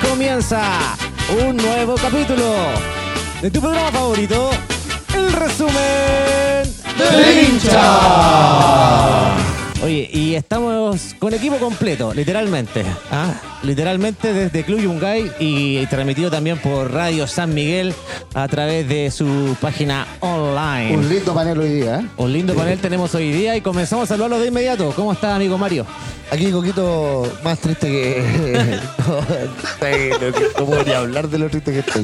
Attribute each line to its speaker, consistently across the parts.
Speaker 1: comienza un nuevo capítulo de tu programa favorito, el resumen
Speaker 2: del hincha.
Speaker 1: Oye, y estamos con equipo completo, literalmente. ¿ah? Literalmente desde Club Yungay y transmitido también por Radio San Miguel a través de su página online.
Speaker 2: Un lindo panel hoy día, ¿eh?
Speaker 1: Un lindo panel tenemos hoy día y comenzamos a saludarlos de inmediato. ¿Cómo está, amigo Mario?
Speaker 2: Aquí Coquito más triste que... no, no puedo ni hablar de lo triste que estoy.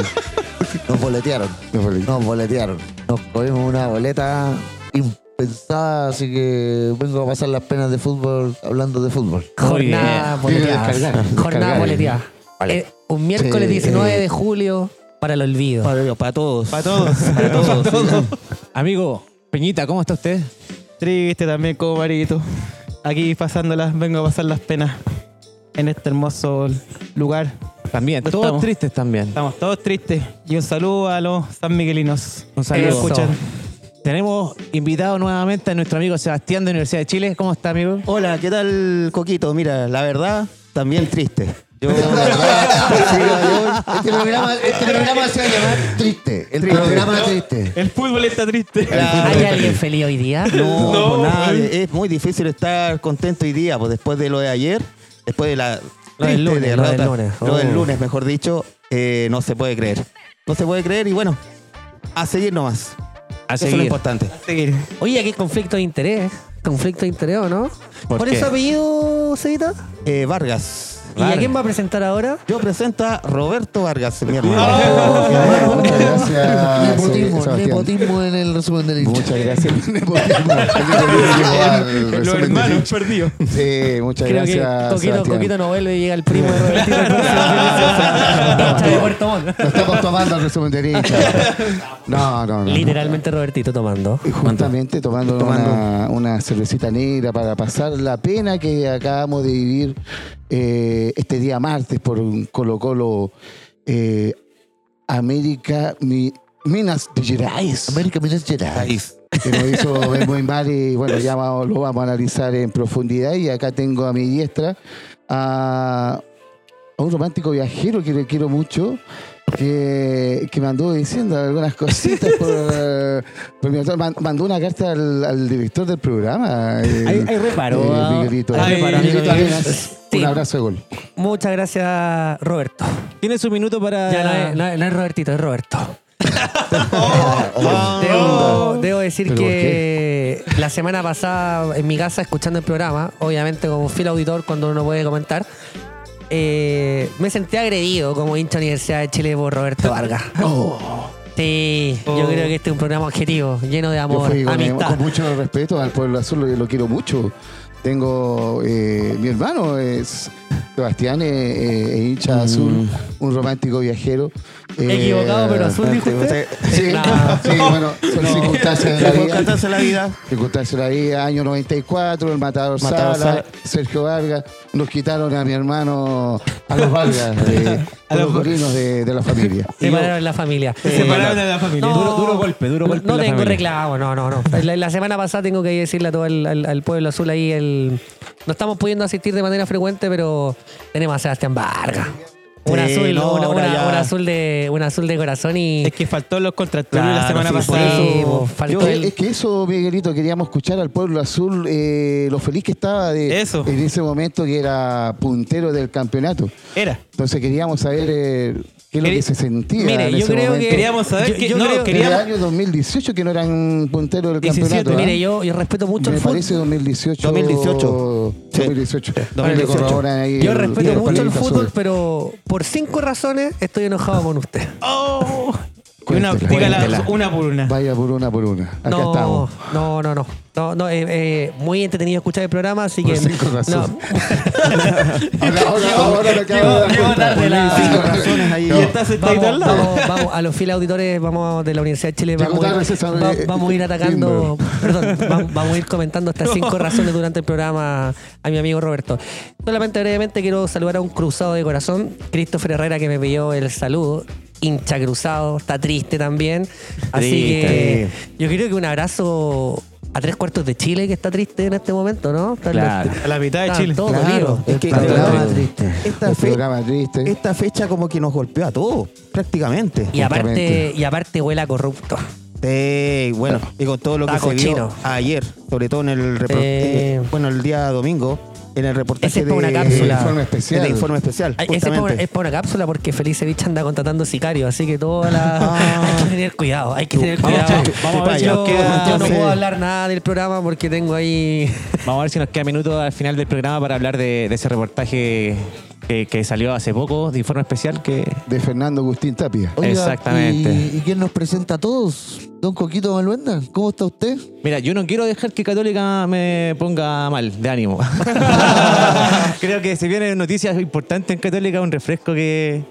Speaker 2: Nos boletearon. Nos boletearon. Nos comimos una boleta impensada, así que vengo a pasar las penas de fútbol hablando de fútbol.
Speaker 3: Jornada
Speaker 2: Muy bien.
Speaker 3: boleteada.
Speaker 2: Tiene que descargar,
Speaker 3: Jornada
Speaker 2: descargar.
Speaker 3: boleteada. Eh, un miércoles
Speaker 2: Sí,
Speaker 3: 19
Speaker 2: eh.
Speaker 3: de julio para el olvido.
Speaker 4: Para, para todos.
Speaker 1: Para todos. Para todos. Amigo Peñita, ¿cómo está usted?
Speaker 4: Triste también como marito. Aquí pasándolas, vengo a pasar las penas en este hermoso lugar.
Speaker 1: También,
Speaker 4: ¿Cómo
Speaker 1: todos
Speaker 4: estamos?
Speaker 1: tristes también.
Speaker 4: Estamos todos tristes. Y un saludo a los San Miguelinos.
Speaker 1: Un
Speaker 4: Que nos
Speaker 1: saludo.
Speaker 4: escuchan.
Speaker 1: Tenemos invitado nuevamente a nuestro amigo Sebastián de Universidad de Chile. ¿Cómo está, amigo?
Speaker 5: Hola, ¿qué tal, Coquito? Mira, la verdad, también triste. Yo,
Speaker 2: Sí, yo- este, programa, este programa se va a llamar Triste. El programa triste.
Speaker 4: El fútbol está triste.
Speaker 5: la-
Speaker 3: ¿Hay alguien feliz hoy día?
Speaker 5: no,
Speaker 4: No,
Speaker 5: por nada,
Speaker 4: güey.
Speaker 5: es muy difícil estar contento hoy día, pues después de lo de ayer, después de la
Speaker 3: Lo del
Speaker 5: triste
Speaker 3: lunes, lo del
Speaker 5: derrota,
Speaker 3: lunes.
Speaker 5: lo del
Speaker 3: Oh.
Speaker 5: lunes, mejor dicho, eh, no se puede creer. No se puede creer y bueno, a seguir nomás.
Speaker 1: A
Speaker 5: Eso es lo
Speaker 1: seguir.
Speaker 5: importante.
Speaker 4: Seguir.
Speaker 3: Oye, aquí hay conflicto de interés. Conflicto de interés, ¿o no?
Speaker 1: ¿Por
Speaker 3: ¿Por,
Speaker 1: qué?
Speaker 3: eso apellido, Cevita?
Speaker 5: Eh, Vargas.
Speaker 3: ¿Y a quién va a presentar ahora?
Speaker 5: Yo presento a Roberto Vargas, mi hermano.
Speaker 3: Ah.
Speaker 2: Oh, muchas gracias,
Speaker 3: Nepotismo,
Speaker 2: Sebastián.
Speaker 3: nepotismo en el resumen del hincha.
Speaker 2: Muchas gracias. Nepotismo. Yo creo que
Speaker 4: Los hermanos perdidos.
Speaker 2: Sí, muchas
Speaker 3: Creo que
Speaker 2: gracias.
Speaker 3: Coquito,
Speaker 2: Sebastián.
Speaker 3: Coquito no vuelve y llega el primo de Robertito. el próximo fin de semana. Hincha de Puerto Montt.
Speaker 2: Lo estamos tomando el resumen de hincha. No, no, no.
Speaker 3: Literalmente Robertito tomando.
Speaker 2: Y Justamente tomando, Una, una cervecita negra para pasar la pena que acabamos de vivir eh, este día martes por un Colo Colo eh, América Mi- Minas de Gerais. América Minas Gerais. Que nos hizo ver muy mal y bueno, ya vamos- lo vamos a analizar en profundidad. Y acá tengo a mi diestra a a un romántico viajero que le quiero mucho, que, que me anduvo diciendo algunas cositas por, por mi autor. Man- Mandó una carta al, al director del programa. el-
Speaker 3: Hay- hay reparo,
Speaker 2: el
Speaker 3: ah,
Speaker 2: Miguelito.
Speaker 4: hay reparo,
Speaker 2: Miguelito
Speaker 3: amigo.
Speaker 2: Arenas,
Speaker 3: Sí.
Speaker 2: Un abrazo de gol.
Speaker 3: Muchas gracias, Roberto.
Speaker 1: Tiene su minuto para.
Speaker 3: Ya no es, no es- no es Robertito, es Roberto. debo, debo decir
Speaker 2: Oh, ¿Pero por
Speaker 3: que la semana pasada en mi casa escuchando el programa, obviamente como fiel auditor cuando uno puede comentar, eh, me sentí agredido como hincha de Universidad de Chile por Roberto Vargas.
Speaker 2: Oh.
Speaker 3: Sí, yo
Speaker 4: Oh.
Speaker 3: creo que este es un programa objetivo, lleno de
Speaker 2: Yo
Speaker 3: amor,
Speaker 2: fui con, eh,
Speaker 3: amistad.
Speaker 2: con mucho respeto al pueblo azul, lo, lo quiero mucho. Tengo, eh, mi hermano es Sebastián, eh, eh, es
Speaker 3: Mm.
Speaker 2: hincha azul, un romántico viajero. eh,
Speaker 3: Equivocado, pero azul, dijo usted.
Speaker 2: Este, Sí,
Speaker 3: No.
Speaker 2: sí, bueno, son circunstancias de la
Speaker 5: Por
Speaker 2: vida.
Speaker 5: cantarse la vida.
Speaker 2: Circunstancias de la vida, año 94, el Matador,
Speaker 5: Matador
Speaker 2: Sala,
Speaker 5: Sala.
Speaker 2: Sergio Vargas, nos quitaron a mi hermano, a los Vargas, de, a los corinos de, de la familia.
Speaker 3: Separaron la familia.
Speaker 4: Separaron a la familia.
Speaker 1: Duro- duro golpe, duro golpe
Speaker 3: No
Speaker 1: en la
Speaker 3: tengo
Speaker 1: familia.
Speaker 3: reclamo, Ah, no, no, no. La, la semana pasada tengo que decirle a todo el, al, al pueblo azul ahí, el, no estamos pudiendo asistir de manera frecuente, pero tenemos a Sebastián Vargas. Un
Speaker 5: Sí,
Speaker 3: azul,
Speaker 5: no,
Speaker 3: una-
Speaker 5: ahora
Speaker 3: una-
Speaker 5: ya.
Speaker 3: un azul de, eh, un azul de corazón y
Speaker 4: Es que faltó los contractores la
Speaker 3: Claro,
Speaker 4: semana
Speaker 3: sí,
Speaker 4: pasada.
Speaker 3: sí, po, faltó
Speaker 2: Yo- eh,
Speaker 3: el-
Speaker 2: Es que eso, Miguelito, queríamos escuchar al pueblo azul eh, lo feliz que estaba de,
Speaker 4: Eso.
Speaker 2: en ese momento que era puntero del campeonato.
Speaker 4: Era.
Speaker 2: Entonces queríamos saber eh, qué es lo
Speaker 4: Queri-
Speaker 2: que se sentía.
Speaker 3: Mire,
Speaker 2: en
Speaker 3: yo
Speaker 2: ese
Speaker 3: creo que-
Speaker 2: momento.
Speaker 4: Queríamos saber
Speaker 3: Yo-
Speaker 4: que.
Speaker 3: yo
Speaker 4: no,
Speaker 3: creo-
Speaker 2: Desde el
Speaker 4: queríamos.
Speaker 2: año 2018 que no eran punteros del
Speaker 4: 17,
Speaker 2: campeonato. ¿ah?
Speaker 3: mire, yo, yo respeto mucho
Speaker 2: Me
Speaker 3: el fútbol.
Speaker 2: parece 2018.
Speaker 5: 2018. Sí.
Speaker 2: 2018. Ahí me
Speaker 5: 2018.
Speaker 2: corroboran ahí
Speaker 3: Yo
Speaker 2: el-
Speaker 3: respeto
Speaker 2: el
Speaker 3: mucho el
Speaker 2: palito
Speaker 3: fútbol,
Speaker 2: azul.
Speaker 3: pero por cinco razones estoy enojado con usted.
Speaker 4: Oh. Y una,
Speaker 2: Cuéntela,
Speaker 4: dígala
Speaker 2: cuéntela.
Speaker 4: una por una.
Speaker 2: Vaya por una por una. Acá
Speaker 3: no,
Speaker 2: estamos.
Speaker 3: No, no, no. No, no, eh, eh, muy entretenido escuchar el programa, así
Speaker 2: Por
Speaker 3: que.
Speaker 2: cinco razones.
Speaker 3: no,
Speaker 2: Ahora, ahora, ahora me acabo de dar
Speaker 4: Llegó- llegó
Speaker 2: cuenta.
Speaker 4: tarde la-
Speaker 2: Cinco
Speaker 5: las razones ahí.
Speaker 2: No.
Speaker 4: Y está sentadito
Speaker 3: Vamos,
Speaker 4: al lado.
Speaker 3: vamos, vamos, a los fieles auditores vamos de la Universidad de Chile
Speaker 2: Llegó
Speaker 3: vamos, a ir-
Speaker 2: tarde, César,
Speaker 3: va-
Speaker 2: eh,
Speaker 3: vamos a ir atacando perdón, va- vamos, a ir comentando estas cinco razones durante el programa a mi amigo Roberto solamente brevemente quiero saludar a un cruzado de corazón Christopher Herrera que me pidió el saludo hincha cruzado está triste también así
Speaker 5: Triste.
Speaker 3: que yo creo que un abrazo a tres cuartos de Chile que está triste en este momento, ¿no? Está el
Speaker 1: Claro.
Speaker 3: norte.
Speaker 4: A la mitad de
Speaker 3: Está
Speaker 4: Chile.
Speaker 3: todo
Speaker 5: Claro,
Speaker 3: dolido.
Speaker 5: es que- este
Speaker 3: Está todo
Speaker 5: claro.
Speaker 3: dolido. triste. Este
Speaker 5: Esta,
Speaker 2: Un
Speaker 5: Este fe-
Speaker 2: programa triste.
Speaker 5: esta fecha como que nos golpeó a todos, prácticamente.
Speaker 3: Y aparte,
Speaker 2: Justamente.
Speaker 3: y aparte huele a corrupto.
Speaker 5: Sí, bueno, y con todo lo que
Speaker 3: Está
Speaker 5: se vio
Speaker 3: cochino.
Speaker 5: ayer, sobre todo en el
Speaker 3: Eh.
Speaker 5: repor- eh, bueno, el día domingo, en el reportaje
Speaker 3: Ese es
Speaker 5: de,
Speaker 3: para una cápsula.
Speaker 5: de informe
Speaker 2: Informe
Speaker 5: especial.
Speaker 2: especial.
Speaker 5: De informe especial
Speaker 3: Ay, Ese es para,
Speaker 5: justamente.
Speaker 3: es para una cápsula porque Felicevich anda contratando sicarios, así que toda la... hay que tener cuidado, hay que tener
Speaker 1: Ah. Vamos,
Speaker 3: cuidado.
Speaker 1: chao. Vamos a ver si
Speaker 3: yo,
Speaker 1: nos queda-
Speaker 3: yo no
Speaker 1: sí.
Speaker 3: puedo hablar nada del programa porque tengo ahí...
Speaker 1: Vamos a ver si nos queda minutos al final del programa para hablar de, de ese reportaje que, que salió hace poco, de informe especial, que
Speaker 2: De Fernando Agustín Tapia.
Speaker 6: Oiga,
Speaker 1: Exactamente.
Speaker 6: ¿y, y quién nos presenta a todos? Don Coquito Maluenda, ¿cómo está usted?
Speaker 1: Mira, yo no quiero dejar que Católica me ponga mal de ánimo. Creo que se vienen noticias importantes en Católica, un refresco que,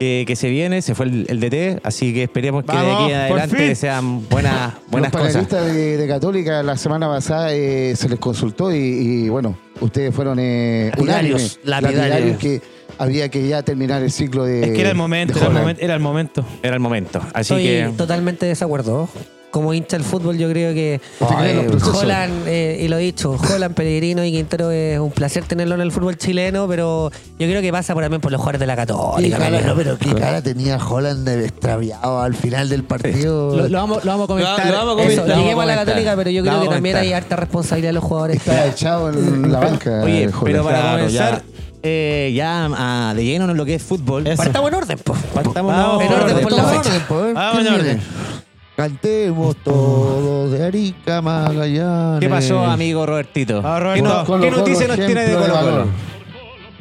Speaker 1: que, que se viene, se fue el, el DT, así que esperemos que de aquí en
Speaker 4: por
Speaker 1: adelante
Speaker 4: fin.
Speaker 1: sean buenas, buenas
Speaker 2: Los
Speaker 1: cosas.
Speaker 2: panelistas de, de Católica la semana pasada eh, se les consultó y, y, bueno, ustedes fueron eh,
Speaker 3: Lapidarios,
Speaker 2: unánimes,
Speaker 3: lapidarios.
Speaker 2: lapidarios que había que ya terminar el ciclo de.
Speaker 4: Es que era el momento,
Speaker 2: de
Speaker 4: era el
Speaker 2: jornada.
Speaker 4: momento. Era el momento.
Speaker 1: Era el momento. Así
Speaker 3: Estoy
Speaker 1: que.
Speaker 3: totalmente de desacuerdo. Como hincha del fútbol, yo creo que
Speaker 2: ¿Usted cree en los procesos?
Speaker 3: Holland, eh, y lo he dicho, Holland, Pellegrino y Quintero es un placer tenerlo en el fútbol chileno, pero yo creo que pasa por- también por los jugadores de la
Speaker 6: Qué
Speaker 3: Católica.
Speaker 6: cara, no,
Speaker 3: Pellegrino.
Speaker 6: pero qué cara tenía Holland de extraviado al final del partido.
Speaker 1: Lo, lo vamos, lo vamos a comentar.
Speaker 4: lo vamos a
Speaker 1: Eso,
Speaker 3: Eso,
Speaker 1: lo
Speaker 3: lleguemos a
Speaker 1: vamos
Speaker 3: la
Speaker 1: comentar.
Speaker 3: Católica, pero yo
Speaker 1: Lo
Speaker 3: creo que
Speaker 1: vamos a
Speaker 3: también hay
Speaker 1: comentar.
Speaker 3: harta responsabilidad de los jugadores.
Speaker 2: Está echado en la banca. eh,
Speaker 1: Oye,
Speaker 2: el joven.
Speaker 1: pero para
Speaker 5: Claro, ya.
Speaker 1: comenzar, eh, ya ah, de lleno en lo que es fútbol.
Speaker 4: Eso.
Speaker 3: Partamos en orden, pues.
Speaker 1: Partamos
Speaker 4: Vamos,
Speaker 1: en
Speaker 4: en orden
Speaker 1: orden.
Speaker 3: por la
Speaker 6: Todo en
Speaker 3: fecha.
Speaker 6: orden, po, ¿eh?
Speaker 1: Ah,
Speaker 4: Vamos en
Speaker 6: ¿Quién
Speaker 4: orden.
Speaker 6: viene? Cantemos todos de Arica Magallanes.
Speaker 1: ¿Qué pasó, amigo Robertito?
Speaker 4: Ah,
Speaker 1: ¿Qué,
Speaker 4: Roberto.
Speaker 1: no-
Speaker 2: Colo
Speaker 1: qué
Speaker 2: Colo,
Speaker 1: noticia nos tiene de
Speaker 2: ejemplo
Speaker 1: Colo
Speaker 2: valor.
Speaker 1: Colo?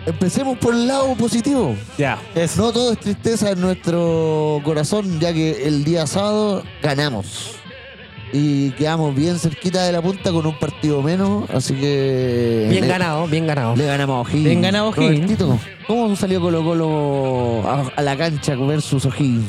Speaker 6: Empecemos por el lado positivo.
Speaker 1: Ya.
Speaker 6: No todo es tristeza en nuestro corazón, ya que el día sábado ganamos. Y quedamos bien cerquita de la punta con un partido menos, así que...
Speaker 3: Bien
Speaker 6: le-
Speaker 3: ganado, bien ganado.
Speaker 6: Le ganamos a O'Higgins.
Speaker 4: Bien ganado O'Higgins.
Speaker 6: Robertito, ¿cómo salió Colo Colo a, a la cancha versus O'Higgins?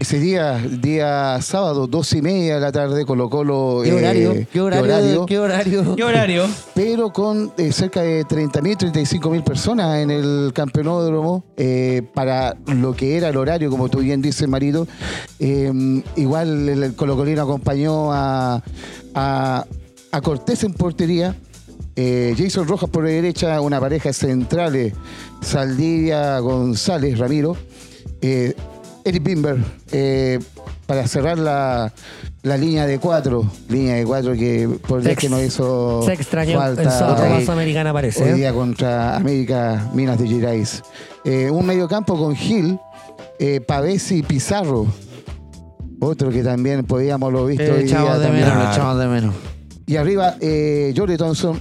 Speaker 2: Ese día, día sábado, dos y media de la tarde, Colo Colo.
Speaker 6: ¿Qué
Speaker 2: eh,
Speaker 6: horario? ¿Qué horario? ¿Qué horario?
Speaker 4: ¿Qué horario?
Speaker 2: pero con eh, cerca de 30.000, 35.000 personas en el campeonódromo eh, para lo que era el horario, como tú bien dices, Marito. Eh, igual el, el colocolino acompañó a, a, a Cortés en portería. eh, Jason Rojas por derecha, una pareja centrales, Saldivia, González, Ramiro. Eh, Eric Bimber, eh, para cerrar la, la línea de cuatro, línea de cuatro que por
Speaker 3: Se
Speaker 2: Dios
Speaker 3: ex-
Speaker 2: que no hizo
Speaker 3: Se extrañó
Speaker 2: falta
Speaker 3: el solo
Speaker 2: hoy-
Speaker 3: vaso americano
Speaker 2: hoy
Speaker 3: aparece. ¿eh?
Speaker 2: día contra América Minas de Gerais. Eh, un mediocampo con Gil, eh, Pavés y Pizarro. Otro que también podíamos lo
Speaker 3: Eh,
Speaker 2: visto hoy día
Speaker 6: echamos de
Speaker 2: también.
Speaker 3: Ah.
Speaker 6: menos, lo echamos de menos.
Speaker 2: Y arriba, eh, Jordi Thompson,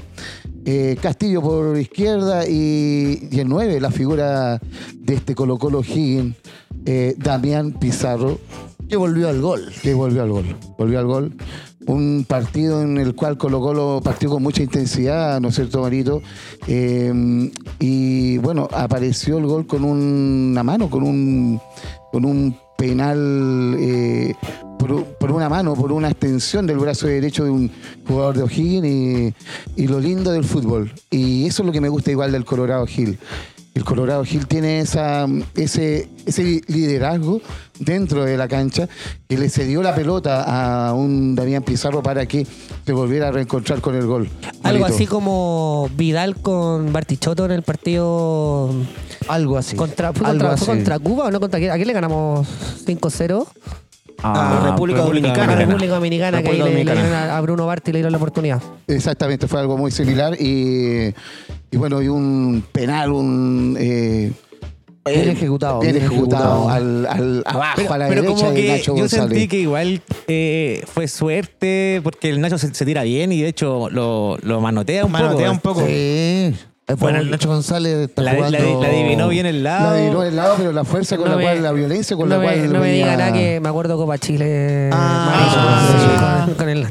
Speaker 2: eh, Castillo por izquierda y, y el 9, la figura de este Colo Colo Higgin, eh, Damián Pizarro,
Speaker 6: Que volvió al gol.
Speaker 2: que volvió al gol. Volvió al gol. Un partido en el cual Colo Colo partió con mucha intensidad, ¿no es cierto, Marito? Eh, y bueno, apareció el gol con un- una mano, con un, con un penal eh, por, u- por una mano, por una extensión del brazo derecho de un jugador de O'Higgins eh, y, y lo lindo del fútbol. Y eso es lo que me gusta igual del Colorado Hill. El Colorado Hill tiene esa, ese, ese liderazgo dentro de la cancha que le cedió la pelota a un Damián Pizarro para que se volviera a reencontrar con el gol.
Speaker 3: Algo
Speaker 2: Marito.
Speaker 3: así como Vidal con Bartichotto en el partido
Speaker 6: Algo así.
Speaker 3: Contra, fue,
Speaker 6: Algo
Speaker 3: contra, fue
Speaker 6: así.
Speaker 3: contra Cuba o no contra quién? ¿A quién le ganamos 5-0?
Speaker 5: Ah, República
Speaker 3: A la
Speaker 5: Dominicana.
Speaker 3: República Dominicana, que ahí
Speaker 5: República
Speaker 3: le- le,
Speaker 5: Dominicana.
Speaker 3: dieron a a Bruno Barti le dieron la oportunidad.
Speaker 2: Exactamente, fue algo muy similar y, y bueno, y un penal, un... eh,
Speaker 6: Bien ejecutado.
Speaker 2: bien ejecutado,
Speaker 6: ejecutado.
Speaker 2: al, al- abajo, a la derecha
Speaker 1: como
Speaker 2: de
Speaker 1: que
Speaker 2: Nacho
Speaker 1: yo
Speaker 2: González.
Speaker 1: sentí que igual eh, fue suerte porque el Nacho se, se tira bien y de hecho lo, lo manotea un
Speaker 4: Manotea un
Speaker 1: poco.
Speaker 4: poco.
Speaker 6: Sí. Eh, Bueno, el Nacho González está
Speaker 1: La, la-
Speaker 6: jugando.
Speaker 1: la adivinó bien el lado.
Speaker 2: La tiró del lado, pero la fuerza con
Speaker 3: No
Speaker 2: la
Speaker 3: me-
Speaker 2: cual, la violencia con
Speaker 3: no
Speaker 2: la
Speaker 3: me,
Speaker 2: cual.
Speaker 3: no me
Speaker 2: venía-
Speaker 3: diga nada que me acuerdo Copa Chile
Speaker 4: Ah,
Speaker 3: Mauricio, con, con el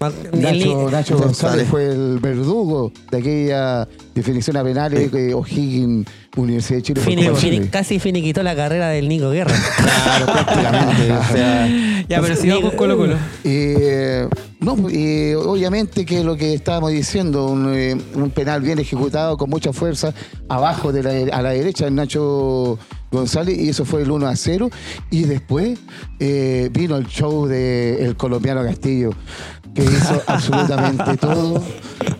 Speaker 3: Ma- el-
Speaker 2: Nacho, Nacho González fue el verdugo de aquella definición a penales que O'Higgins, Universidad de Chile. por
Speaker 3: fini-
Speaker 2: Copa
Speaker 3: fini-
Speaker 2: Chile.
Speaker 3: casi finiquitó la carrera del Nico Guerra.
Speaker 5: Claro, prácticamente. o sea,
Speaker 4: Ya, pero sigamos con Colo Colo.
Speaker 2: Eh, no, eh, obviamente que lo que estábamos diciendo, un, eh, un penal bien ejecutado con mucha fuerza, abajo de la- a la derecha de Nacho González, y eso fue el 1 a 0. Y después eh, vino el show del colombiano Castillo. que hizo absolutamente todo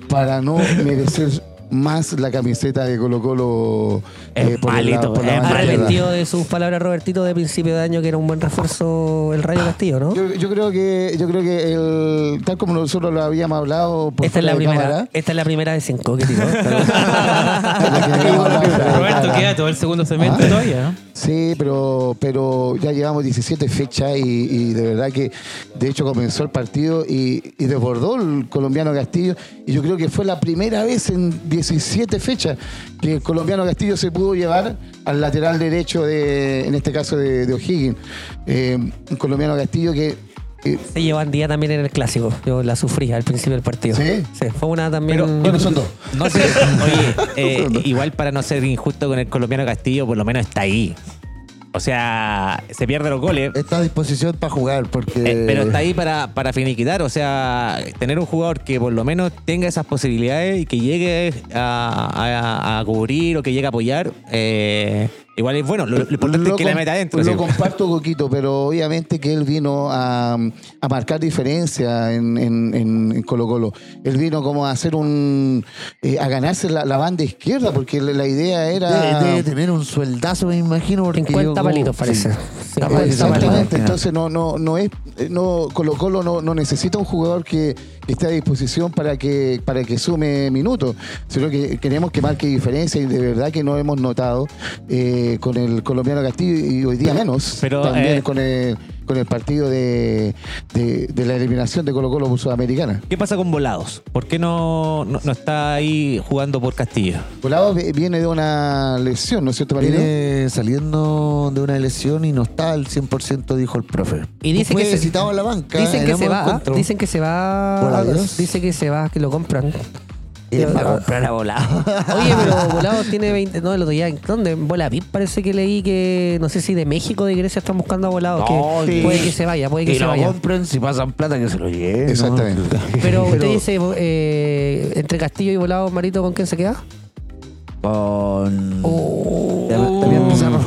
Speaker 2: para no merecer más la camiseta de eh, Colo Colo
Speaker 1: Es malito, es
Speaker 2: banda izquierda.
Speaker 3: Arrepentido de sus palabras, Robertito, de principio de año, que era un buen refuerzo el Rayo Castillo, ¿no?
Speaker 2: Yo, yo creo que yo creo que el, tal como nosotros lo habíamos hablado por
Speaker 3: Esta es,
Speaker 2: fuera
Speaker 3: la
Speaker 2: de
Speaker 3: primera,
Speaker 2: cámara,
Speaker 3: esta es la primera de cinco que tiró.
Speaker 2: la que habíamos hablado fuera de
Speaker 4: Roberto
Speaker 2: cámara.
Speaker 4: queda todo el segundo semestre
Speaker 2: Ah.
Speaker 4: todavía, ¿no?
Speaker 2: Sí, pero, pero ya llevamos 17 fechas y, y de verdad que de hecho comenzó el partido y, y desbordó el colombiano Castillo y yo creo que fue la primera vez en 17 fechas que el colombiano Castillo se pudo llevar al lateral derecho de, en este caso de, de O'Higgins. Eh, un colombiano Castillo que... eh,
Speaker 3: Se llevan día también en el clásico. Yo la sufrí al principio del partido.
Speaker 2: ¿Sí?
Speaker 3: fue una también.
Speaker 2: bueno, son dos.
Speaker 1: No sé, oye, eh, igual para no ser injusto con el colombiano Castillo, por lo menos está ahí. O sea, se pierde los goles,
Speaker 6: Está a disposición para jugar porque...
Speaker 1: eh, pero está ahí para, para finiquitar. O sea, tener un jugador que por lo menos tenga esas posibilidades y que llegue a, a- a cubrir o que llegue a apoyar, eh, igual es bueno. Lo, lo importante es que la
Speaker 2: com-
Speaker 1: meta adentro.
Speaker 2: Lo
Speaker 1: sí.
Speaker 2: comparto Coquito, pero obviamente que él vino a, a marcar diferencia en, en- en- en Colo Colo. Él vino como a hacer un eh, a ganarse la, la banda izquierda, porque la, la idea era.
Speaker 6: Debe, debe tener un sueldazo, me imagino. Porque
Speaker 3: 50
Speaker 6: yo como-
Speaker 3: palitos, parece.
Speaker 6: Sí.
Speaker 3: 50
Speaker 2: Eh,
Speaker 6: Aparece
Speaker 3: palitos.
Speaker 2: Exactamente,
Speaker 6: Martín.
Speaker 2: entonces no, no, no es, eh, no, Colo Colo no, no necesita un jugador que, que esté a disposición para que, para que sume minutos, sino que queremos que marque diferencia y de verdad que no hemos notado eh, con el colombiano Castillo y hoy día menos,
Speaker 1: Pero,
Speaker 2: también
Speaker 1: eh,
Speaker 2: con, el, con el partido de, de, de la eliminación de Colo Colo por Sudamericana.
Speaker 1: ¿Qué pasa con Volados? ¿Por qué no, no, no está ahí jugando por Castillo?
Speaker 2: Volado viene de una lesión, ¿no es cierto, Marino?
Speaker 6: Viene saliendo de una lesión y no está al 100%, dijo el profe.
Speaker 3: Y dice
Speaker 6: Fue
Speaker 3: que se-
Speaker 6: citado a Pues, la banca.
Speaker 3: Dicen
Speaker 6: en
Speaker 3: que
Speaker 6: ambos
Speaker 3: se va.
Speaker 6: encuentros.
Speaker 3: Dicen que se va.
Speaker 6: Volados.
Speaker 3: Dice que se va, que lo compran.
Speaker 6: Eh, para comprar a volado.
Speaker 3: Oye, pero Volados tiene 20. No, el otro día. ¿Dónde? En Bola VIP parece que leí que. No sé si de México o de Grecia están buscando a Volados.
Speaker 6: No,
Speaker 3: que
Speaker 6: sí.
Speaker 3: Puede que se vaya, puede que
Speaker 6: Y
Speaker 3: se
Speaker 6: lo
Speaker 3: vaya.
Speaker 6: compren, si pasan plata, que se lo lleven. eh, ¿no?
Speaker 2: Exactamente.
Speaker 3: Pero usted dice, eh, entre Castillo y Volados, Marito, ¿con quién se queda?
Speaker 6: Con.
Speaker 3: Oh.
Speaker 6: También Pizarro.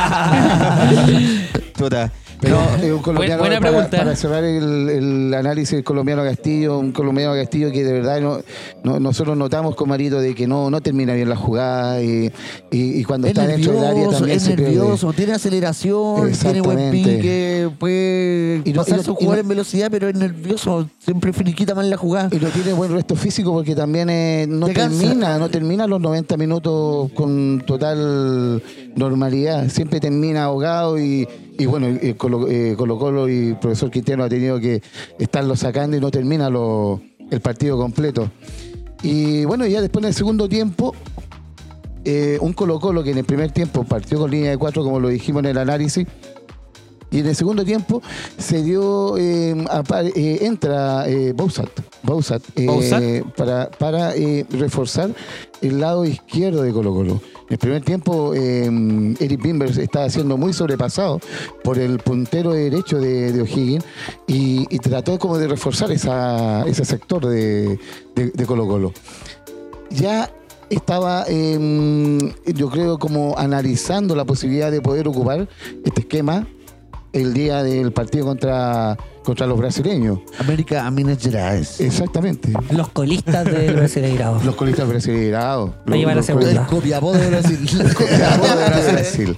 Speaker 5: Chuta.
Speaker 2: Pero es un colombiano
Speaker 3: buena
Speaker 2: para,
Speaker 3: pregunta.
Speaker 2: para cerrar el, el análisis del colombiano Castillo, un colombiano Castillo que de verdad no, no- nosotros notamos con Marito de que no, no termina bien la jugada y, y- y cuando
Speaker 6: Es
Speaker 2: está dentro del área
Speaker 6: nervioso,
Speaker 2: también
Speaker 6: es
Speaker 2: se pierde.
Speaker 6: nervioso, tiene aceleración, tiene buen
Speaker 2: Exactamente.
Speaker 6: pique, puede
Speaker 2: Y no- y
Speaker 6: pasar
Speaker 2: no-
Speaker 6: su
Speaker 2: y no-
Speaker 6: jugar en velocidad, pero es nervioso, siempre finiquita mal la jugada.
Speaker 2: Y no tiene buen resto físico porque también eh, no
Speaker 6: Te cansa.
Speaker 2: termina, no termina los 90 minutos con total normalidad. Siempre termina ahogado y, y bueno, eh, Colo, eh, Colo Colo y profesor Quintero ha tenido que estarlo sacando y no termina lo- el partido completo. Y bueno, ya después en el segundo tiempo, eh, un Colo Colo que en el primer tiempo partió con línea de cuatro, como lo dijimos en el análisis, y en el segundo tiempo se dio, eh, apa- eh, entra eh, Bouzat, Bouzat, eh,
Speaker 4: Bouzat.
Speaker 2: para, para eh, reforzar el lado izquierdo de Colo Colo. En el primer tiempo eh, Eric Bimbers estaba siendo muy sobrepasado por el puntero derecho de, de O'Higgins y, y trató como de reforzar esa, ese sector de, de- de Colo Colo. Ya estaba, eh, yo creo, como analizando la posibilidad de poder ocupar este esquema el día del partido contra, contra los brasileños.
Speaker 6: América a Minas Gerais.
Speaker 2: Exactamente.
Speaker 3: Los colistas del Brasileirado.
Speaker 2: Los colistas brasileños.
Speaker 3: Lo lleva a la segunda.
Speaker 6: El copiapó de Brasil.
Speaker 2: de Brasil.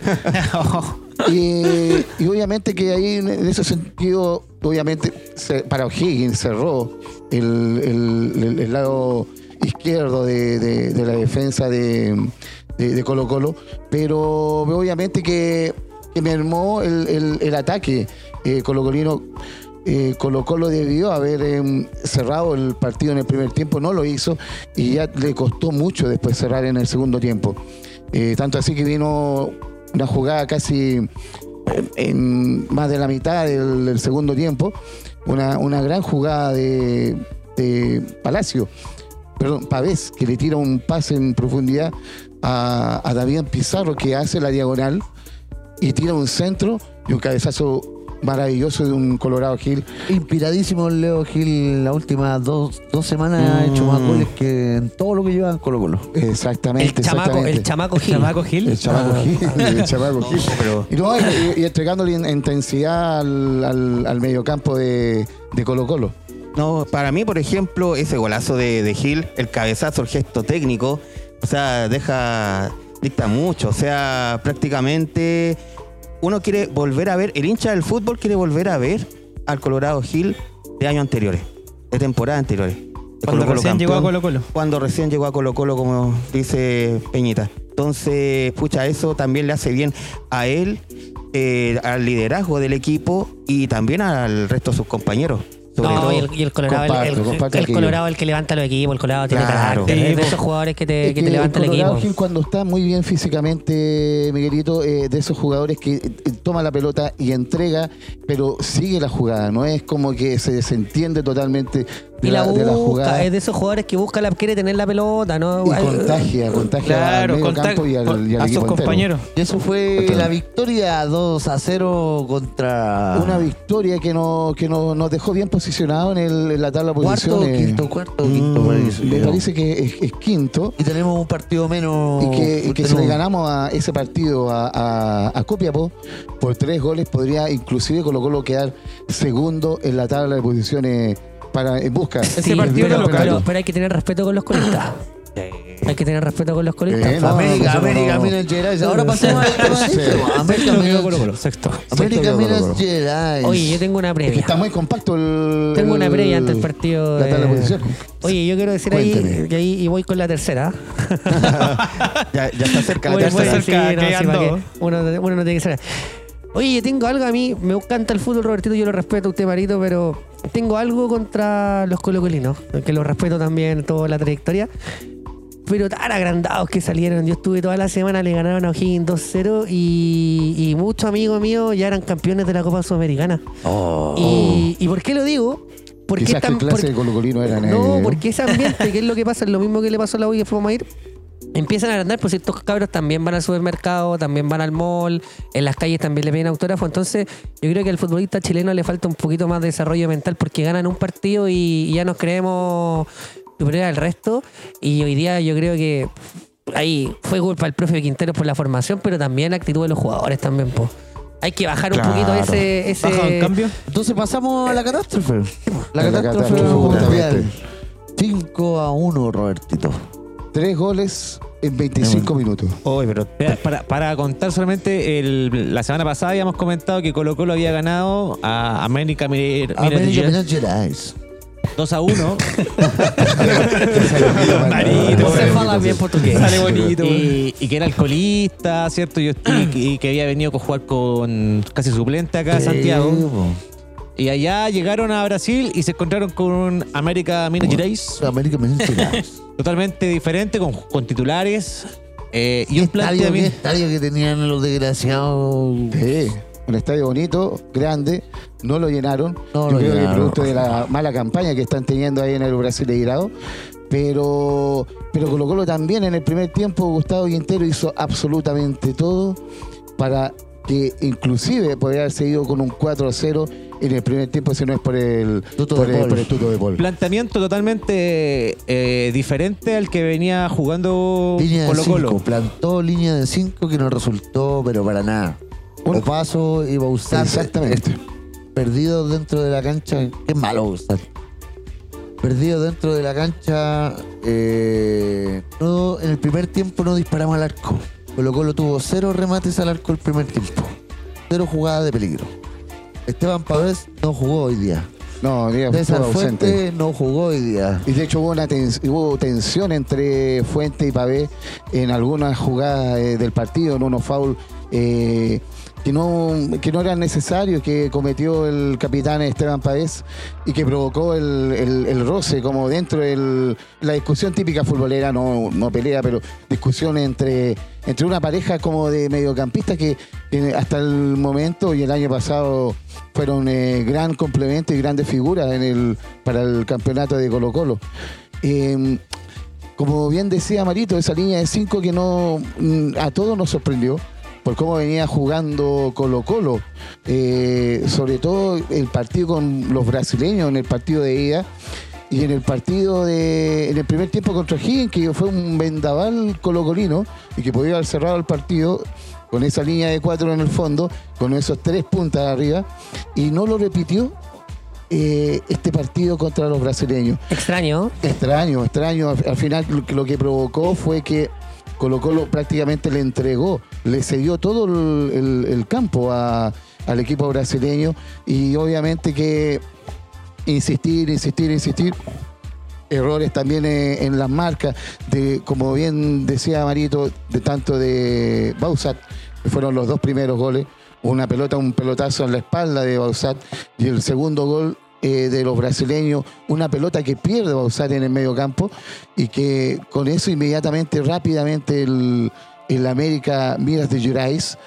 Speaker 1: Oh,
Speaker 2: y, y obviamente que ahí en- en ese sentido, obviamente se- para O'Higgins cerró el, el- el- el lado izquierdo de, de- de la defensa de, de- de Colo Colo, pero obviamente que, que mermó el, el- el ataque eh, colocolino. Eh, Colo Colo debió haber em, cerrado el partido en el primer tiempo, no lo hizo y ya le costó mucho después cerrar en el segundo tiempo. Eh, tanto así que vino una jugada casi eh, en más de la mitad del, del segundo tiempo, una, una gran jugada de, de Palacio, perdón, Pavés, que le tira un pase en profundidad a, a Damián Pizarro, que hace la diagonal y tira un centro y un cabezazo maravilloso de un Colorado Hill.
Speaker 6: Inspiradísimo el Leo Gil las últimas dos, dos semanas ha hecho
Speaker 2: Mm.
Speaker 6: más goles que en todo lo que lleva en Colo Colo.
Speaker 2: Exactamente,
Speaker 3: El chamaco,
Speaker 2: exactamente.
Speaker 3: el chamaco Gil. Ah,
Speaker 4: Chamaco Gil.
Speaker 2: El chamaco Gil, el chamaco Gil. Y, no, y- y entregándole in- intensidad al, al, al mediocampo de, de Colo Colo.
Speaker 5: No, para mí, por ejemplo, ese golazo de, de Gil, el cabezazo, el gesto técnico, o sea, deja, dicta mucho. O sea, prácticamente uno quiere volver a ver, el hincha del fútbol quiere volver a ver al Colorado Gil de años anteriores, de temporadas anteriores. de
Speaker 4: Cuando
Speaker 5: Colo-Colo
Speaker 4: recién llegó a
Speaker 5: campeón,
Speaker 4: Colo Colo.
Speaker 5: Cuando recién llegó a Colo Colo, como dice Peñita. Entonces, pucha, eso también le hace bien a él, eh, al liderazgo del equipo y también al resto de sus compañeros. Sobre
Speaker 3: No,
Speaker 5: todo-
Speaker 3: y el, y el Colorado, el-
Speaker 2: comparto,
Speaker 3: el,
Speaker 2: comparto
Speaker 3: el
Speaker 2: aquello.
Speaker 3: Colorado el que levanta los equipos, el Colorado tiene
Speaker 5: Claro.
Speaker 3: carácter,
Speaker 4: Sí,
Speaker 3: es de
Speaker 4: po.
Speaker 3: esos jugadores que te,
Speaker 2: Es
Speaker 3: Eh, que te levanta el
Speaker 2: Colorado
Speaker 3: equipo.
Speaker 2: Gil cuando está muy bien físicamente, Miguelito, eh, de esos jugadores que eh, toma la pelota y entrega, pero sigue la jugada, no es como que se desentiende totalmente de,
Speaker 3: Y la
Speaker 2: la, de la
Speaker 3: busca,
Speaker 2: jugada.
Speaker 3: es de esos jugadores que busca la, quiere tener la pelota, ¿no? eh,
Speaker 2: Y
Speaker 3: Ay,
Speaker 2: contagia, contagia
Speaker 4: Claro,
Speaker 2: al medio
Speaker 4: contact-
Speaker 2: campo y al, y al
Speaker 4: a
Speaker 2: equipo
Speaker 4: sus
Speaker 2: entero.
Speaker 4: compañeros.
Speaker 6: Y eso fue la victoria 2 a 0
Speaker 3: Ah.
Speaker 6: contra.
Speaker 2: Una victoria que, no, que no- nos dejó bien posicionados en, el- en la tabla de
Speaker 6: cuarto,
Speaker 2: posiciones.
Speaker 6: quinto, cuarto, quinto.
Speaker 2: Mm,
Speaker 6: parece,
Speaker 2: me
Speaker 6: creo.
Speaker 2: parece que es, es quinto.
Speaker 6: Y tenemos un partido menos.
Speaker 2: Y que, y que si
Speaker 6: tenemos-
Speaker 2: le ganamos a ese partido a, a, a Copiapó por tres goles, podría inclusive Colo Colo quedar segundo en la tabla de posiciones para, en busca. Eh,
Speaker 4: Ese partido
Speaker 3: pero,
Speaker 4: era local.
Speaker 3: pero- pero hay que tener respeto con los colistas. Hay que tener respeto con los colistas.
Speaker 2: Eh, no,
Speaker 6: América,
Speaker 2: no,
Speaker 6: América,
Speaker 2: no.
Speaker 6: Minas Gerais. Ahora pasemos al tema de
Speaker 2: Sí.
Speaker 6: esto. América, Minas-
Speaker 4: Sexto.
Speaker 6: América,
Speaker 2: Colo-Colo.
Speaker 6: Minas Gerais.
Speaker 3: Oye, yo tengo una
Speaker 2: Es que
Speaker 3: previa.
Speaker 2: está muy compacto el.
Speaker 3: Tengo una previa antes
Speaker 2: el-
Speaker 3: del partido.
Speaker 2: La tabla de
Speaker 3: de-
Speaker 2: posiciones.
Speaker 3: Oye, yo quiero decir ahí,
Speaker 2: Cuénteme.
Speaker 3: que ahí y voy con la tercera.
Speaker 5: Ya, ya está cerca.
Speaker 3: Voy-
Speaker 5: ya
Speaker 3: voy
Speaker 5: está cerca.
Speaker 4: cerca,
Speaker 3: sí, no,
Speaker 4: que
Speaker 3: sí,
Speaker 4: ando.
Speaker 3: ¿para qué? Uno, uno no tiene que ser. Oye, yo tengo algo a mí, me encanta el fútbol, Robertito, yo lo respeto a usted, Marito, pero tengo algo contra los colocolinos, que lo respeto también toda la trayectoria. Pero tan agrandados que salieron. Yo estuve toda la semana, le ganaron a O'Higgins 2-0 y, y muchos amigos míos ya eran campeones de la Copa Sudamericana. Y, ¿y por qué lo digo? Porque
Speaker 2: Oh. Quizás
Speaker 3: tan-
Speaker 2: que clase
Speaker 3: porque-
Speaker 2: de Colo Colino eran.
Speaker 3: no,
Speaker 2: eh,
Speaker 3: porque ese ambiente, que es lo que pasa, es lo mismo que le pasó a la U y después vamos a ir. Empiezan a agrandar, por si estos cabros también van al supermercado, también van al mall, en las calles también le piden autógrafo. Entonces, yo creo que al futbolista chileno le falta un poquito más de desarrollo mental porque ganan un partido y, y ya nos creemos superiores al resto. Y hoy día yo creo que ahí fue culpa del profe Quintero por la formación, pero también la actitud de los jugadores también, po. Hay que bajar un poquito ese. ese
Speaker 4: Baja en cambio.
Speaker 6: Entonces pasamos a la catástrofe. La
Speaker 2: La
Speaker 6: catástrofe
Speaker 2: catástrofe,
Speaker 6: mundial.
Speaker 2: justamente.
Speaker 6: 5 a 1, Robertito.
Speaker 2: Tres goles en 25 minutos.
Speaker 4: Oh,
Speaker 5: Oye, pero
Speaker 1: Espera, Para, para contar solamente, el- la semana pasada habíamos comentado que Colo Colo había ganado a América Mir-
Speaker 6: Ah, América
Speaker 1: Minas
Speaker 6: Minas Gerais.
Speaker 1: 2 a 1.
Speaker 4: Marito,
Speaker 3: se fala bien portugués.
Speaker 4: Sale bonito.
Speaker 1: y, y que era alcoholista, ¿cierto? Y, y que había venido a jugar con casi suplente acá a Santiago. Y allá llegaron a Brasil y se encontraron con un América Minas Gerais
Speaker 6: América Minas Gerais.
Speaker 1: totalmente diferente, con, con titulares eh, y un
Speaker 6: estadio, ¿Qué
Speaker 1: planteamiento.
Speaker 6: estadio que tenían los desgraciados?
Speaker 2: Sí, un estadio bonito, grande, no lo llenaron.
Speaker 6: No
Speaker 2: Yo
Speaker 6: lo
Speaker 2: creo
Speaker 6: llenaron.
Speaker 2: que producto de la mala campaña que están teniendo ahí en el Brasil de Grado. Pero, pero Colo Colo también en el primer tiempo, Gustavo Quintero hizo absolutamente todo para que inclusive podría haber seguido con un 4-0 en el primer tiempo si no es por el
Speaker 6: Tuto
Speaker 2: por
Speaker 6: de
Speaker 2: el-
Speaker 6: Paul.
Speaker 2: por el Tuto de Paul.
Speaker 1: Planteamiento totalmente eh, diferente al que venía jugando
Speaker 6: Línea de
Speaker 1: Colo
Speaker 6: 5.
Speaker 1: Colo.
Speaker 6: Plantó línea de 5 que no resultó, pero para nada.
Speaker 2: Un-
Speaker 6: Opaso y Bausat.
Speaker 2: Exactamente.
Speaker 6: eh, perdidos dentro de la cancha. Qué malo, Gustavo. Perdidos dentro de la cancha. eh, no, en el primer tiempo no disparamos al arco. Colo Colo tuvo cero remates al arco el primer tiempo. Cero jugadas de peligro. Esteban Pavés no jugó hoy día.
Speaker 2: No, digamos,
Speaker 6: César
Speaker 2: estuvo ausente.
Speaker 6: Fuente no jugó hoy día.
Speaker 2: Y de hecho hubo una tens- hubo tensión entre Fuente y Pavé en algunas jugadas eh, del partido, en unos foul eh, que no que no eran necesarios, que cometió el capitán Esteban Pavés y que provocó el, el- el roce, como dentro de la discusión típica futbolera, no, no pelea, pero discusión entre, entre una pareja como de mediocampistas que, que hasta el momento y el año pasado fueron eh, gran complemento y grandes figuras en el, para el campeonato de Em, Colo Colo. como bien decía Marito, esa línea de 5 que no mm, a todos nos sorprendió. por cómo venía jugando Colo Colo. Eh, sobre todo el partido con los brasileños en el partido de ida y en el partido de en el primer tiempo contra Higgins, que fue un vendaval colocolino y que podía haber cerrado el partido con esa línea de cuatro en el fondo, con esos tres puntas arriba, y no lo repitió eh, este partido contra los brasileños.
Speaker 3: Extraño.
Speaker 2: Extraño, extraño. Al, al final lo que- lo que provocó fue que Colo Colo prácticamente le entregó, le cedió todo el, el- el campo a- al equipo brasileño y obviamente que insistir, insistir, insistir. Errores también eh, en las marcas, de, como bien decía Marito, de tanto de Bausat, que fueron los dos primeros goles, una pelota, un pelotazo en la espalda de Bausat y el segundo gol eh, de los brasileños, una pelota que pierde Bausat en el medio campo y que con eso inmediatamente, rápidamente el, el América Miras de Jurais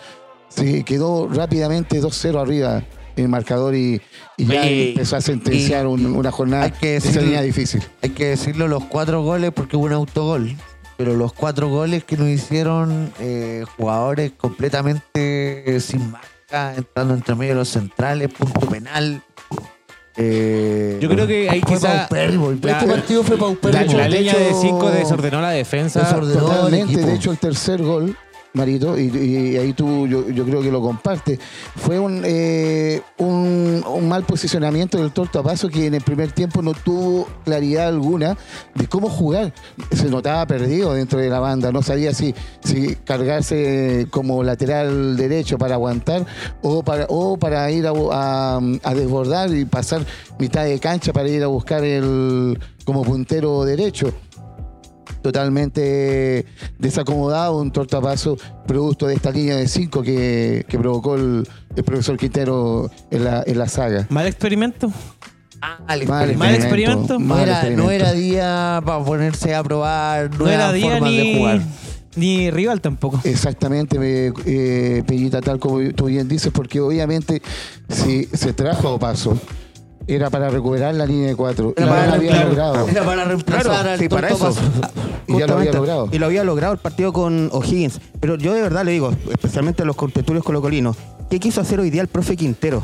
Speaker 2: se quedó rápidamente 2-0 arriba el marcador y, y ya
Speaker 6: Y-
Speaker 2: empezó a sentenciar
Speaker 6: y-
Speaker 2: un- una jornada
Speaker 6: hay que
Speaker 2: de esa
Speaker 6: decir-
Speaker 2: línea difícil.
Speaker 6: Hay que decirlo, los cuatro goles, porque hubo un autogol. Pero los cuatro goles que nos hicieron eh, jugadores completamente eh, sin marca, entrando entre medio de los centrales, punto penal. eh,
Speaker 1: Yo creo que ahí
Speaker 6: fue
Speaker 1: quizá-
Speaker 6: paupérrimo. Este
Speaker 1: la-
Speaker 6: partido fue
Speaker 1: La,
Speaker 6: paupérrimo.
Speaker 1: la
Speaker 2: de
Speaker 1: línea
Speaker 2: hecho-
Speaker 1: de 5 desordenó la defensa.
Speaker 6: Desorden- ordenó el
Speaker 2: Totalmente,
Speaker 6: equipo.
Speaker 2: de hecho el tercer gol, Marito, y, y ahí tú yo, yo creo que lo compartes, fue un, eh, un, un mal posicionamiento del Torto a Paso que en el primer tiempo no tuvo claridad alguna de cómo jugar. Se notaba perdido dentro de la banda, no sabía si, si cargarse como lateral derecho para aguantar o para, o para ir a, bu- a- a desbordar y pasar mitad de cancha para ir a buscar el como puntero derecho totalmente desacomodado, un tortapaso producto de esta línea de cinco que, que provocó el, el profesor Quintero en la, en la saga.
Speaker 4: Mal experimento.
Speaker 6: Mal
Speaker 4: Mal
Speaker 6: experimento.
Speaker 4: experimento.
Speaker 6: Ah, No
Speaker 2: mal
Speaker 6: era, no
Speaker 2: experimento.
Speaker 6: era día para ponerse a probar
Speaker 4: No era
Speaker 6: nuevas
Speaker 4: día
Speaker 6: formas de
Speaker 4: ni,
Speaker 6: jugar.
Speaker 4: ni rival tampoco.
Speaker 2: Exactamente, me- eh, Pellita, tal como tú bien dices, porque obviamente si se trajo a paso, era para recuperar la línea de cuatro. y
Speaker 6: Era
Speaker 2: ya
Speaker 6: para
Speaker 2: lo había
Speaker 6: recuperar-
Speaker 2: logrado.
Speaker 6: Era para reemplazar
Speaker 5: Claro,
Speaker 6: al
Speaker 5: sí, para
Speaker 6: Tonto
Speaker 5: eso.
Speaker 6: Paso.
Speaker 2: Y ya lo había
Speaker 5: Justamente,
Speaker 2: logrado.
Speaker 5: Y lo había logrado el partido con O'Higgins. Pero yo de verdad le digo, especialmente a los contestulios colocolinos, ¿qué quiso hacer hoy día el profe Quintero?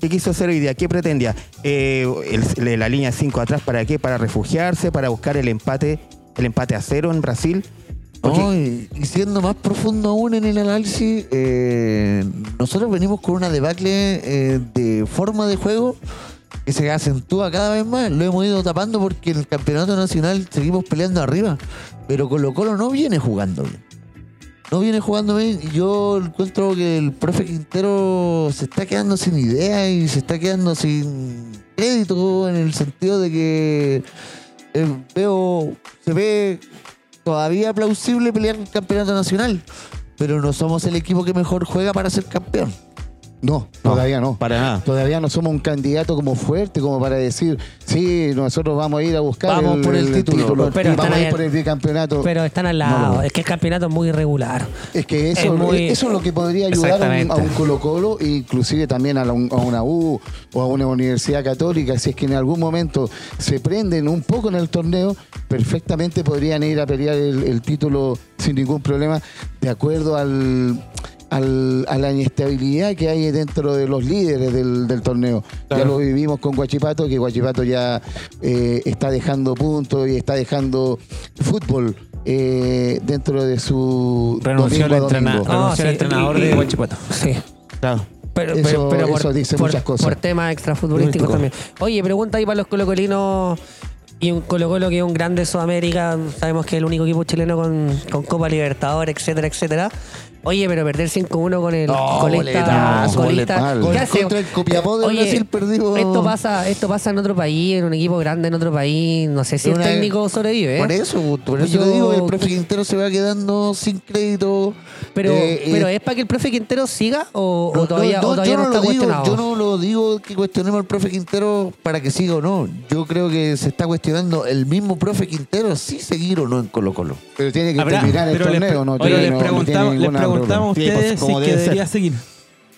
Speaker 5: ¿Qué quiso hacer hoy día? ¿Qué pretendía? Eh, el- la línea 5 atrás, ¿para qué? ¿Para refugiarse? ¿Para buscar el empate el empate a cero en Brasil? Porque-
Speaker 6: No, y, y siendo más profundo aún en el análisis, eh, nosotros venimos con una debacle eh, de forma de juego que se acentúa cada vez más. Lo hemos ido tapando porque en el campeonato nacional seguimos peleando arriba, pero Colo Colo no viene jugando bien. No viene jugando bien. y Yo encuentro que el profe Quintero se está quedando sin idea y se está quedando sin crédito en el sentido de que eh, veo, se ve todavía plausible pelear el campeonato nacional, pero no somos el equipo que mejor juega para ser campeón.
Speaker 2: No, todavía no.
Speaker 5: Para nada.
Speaker 2: Todavía no somos un candidato como fuerte, como para decir, sí, nosotros vamos a ir a buscar
Speaker 6: Vamos por el título.
Speaker 2: Pero
Speaker 3: Pero
Speaker 2: vamos a
Speaker 3: están
Speaker 2: ir
Speaker 3: ahí-
Speaker 2: por el bicampeonato.
Speaker 3: Pero están al lado. Es que el campeonato es muy irregular.
Speaker 2: Es que eso
Speaker 3: Es muy-
Speaker 2: eso es lo que podría ayudar a un,
Speaker 3: Exactamente.
Speaker 2: a un Colo Colo, inclusive también a, la- a una U o a una universidad católica, si es que en algún momento se prenden un poco en el torneo, perfectamente podrían ir a pelear el, el título sin ningún problema, de acuerdo al, al- a la inestabilidad que hay dentro de los líderes del, del torneo. Ya lo vivimos con Guachipato, que Guachipato ya eh, está dejando puntos y está dejando fútbol. eh, dentro de su
Speaker 1: Renunció al
Speaker 2: domingo a
Speaker 1: entrena-
Speaker 2: domingo.
Speaker 1: renunció al
Speaker 3: sí,
Speaker 1: entrenador
Speaker 3: y-
Speaker 1: de
Speaker 3: y-
Speaker 1: Huachipato.
Speaker 3: Sí.
Speaker 5: Claro.
Speaker 3: Pero,
Speaker 2: Eso-
Speaker 3: pero- pero por,
Speaker 2: eso dice
Speaker 3: por-
Speaker 2: muchas cosas.
Speaker 3: por temas extrafutbolísticos también. Oye, pregunta ahí para los colocolinos y un Colo Colo que es un grande de Sudamérica. Sabemos que es el único equipo chileno con, con Copa Libertadores, etcétera, etcétera. Oye, pero perder 5-1 con el
Speaker 6: No,
Speaker 3: colista.
Speaker 6: boletazo,
Speaker 3: colista
Speaker 2: boletazo.
Speaker 6: Con- contra el Copiapó de Brasil perdimos.
Speaker 3: Esto pasa, esto pasa en otro país, en un equipo grande en otro país. No sé si
Speaker 6: Una-
Speaker 3: el técnico sobrevive. ¿eh?
Speaker 6: Por eso, por eso
Speaker 3: Yo-
Speaker 6: te digo que el profe Quintero se va quedando sin crédito.
Speaker 3: Pero,
Speaker 6: Eh, eh,
Speaker 3: pero es para que el profe Quintero siga o, o
Speaker 6: no,
Speaker 3: todavía,
Speaker 6: no,
Speaker 3: o todavía
Speaker 6: yo
Speaker 3: no,
Speaker 6: no
Speaker 3: está
Speaker 6: lo digo,
Speaker 3: cuestionado.
Speaker 6: Yo no lo digo que cuestionemos al profe Quintero para que siga o no. Yo creo que se está cuestionando el mismo profe Quintero si seguir o no en Colo Colo.
Speaker 2: Pero tiene que
Speaker 4: Habrá-
Speaker 2: terminar el
Speaker 4: pero les pre-
Speaker 2: torneo, ¿no?
Speaker 4: oye,
Speaker 2: tiene-
Speaker 4: les
Speaker 2: no- no tiene
Speaker 4: preguntamos, les
Speaker 2: ninguna-
Speaker 4: preguntamos a
Speaker 5: Sí, pues,
Speaker 4: ustedes si
Speaker 5: como debe
Speaker 4: que
Speaker 5: ser.
Speaker 4: debería seguir.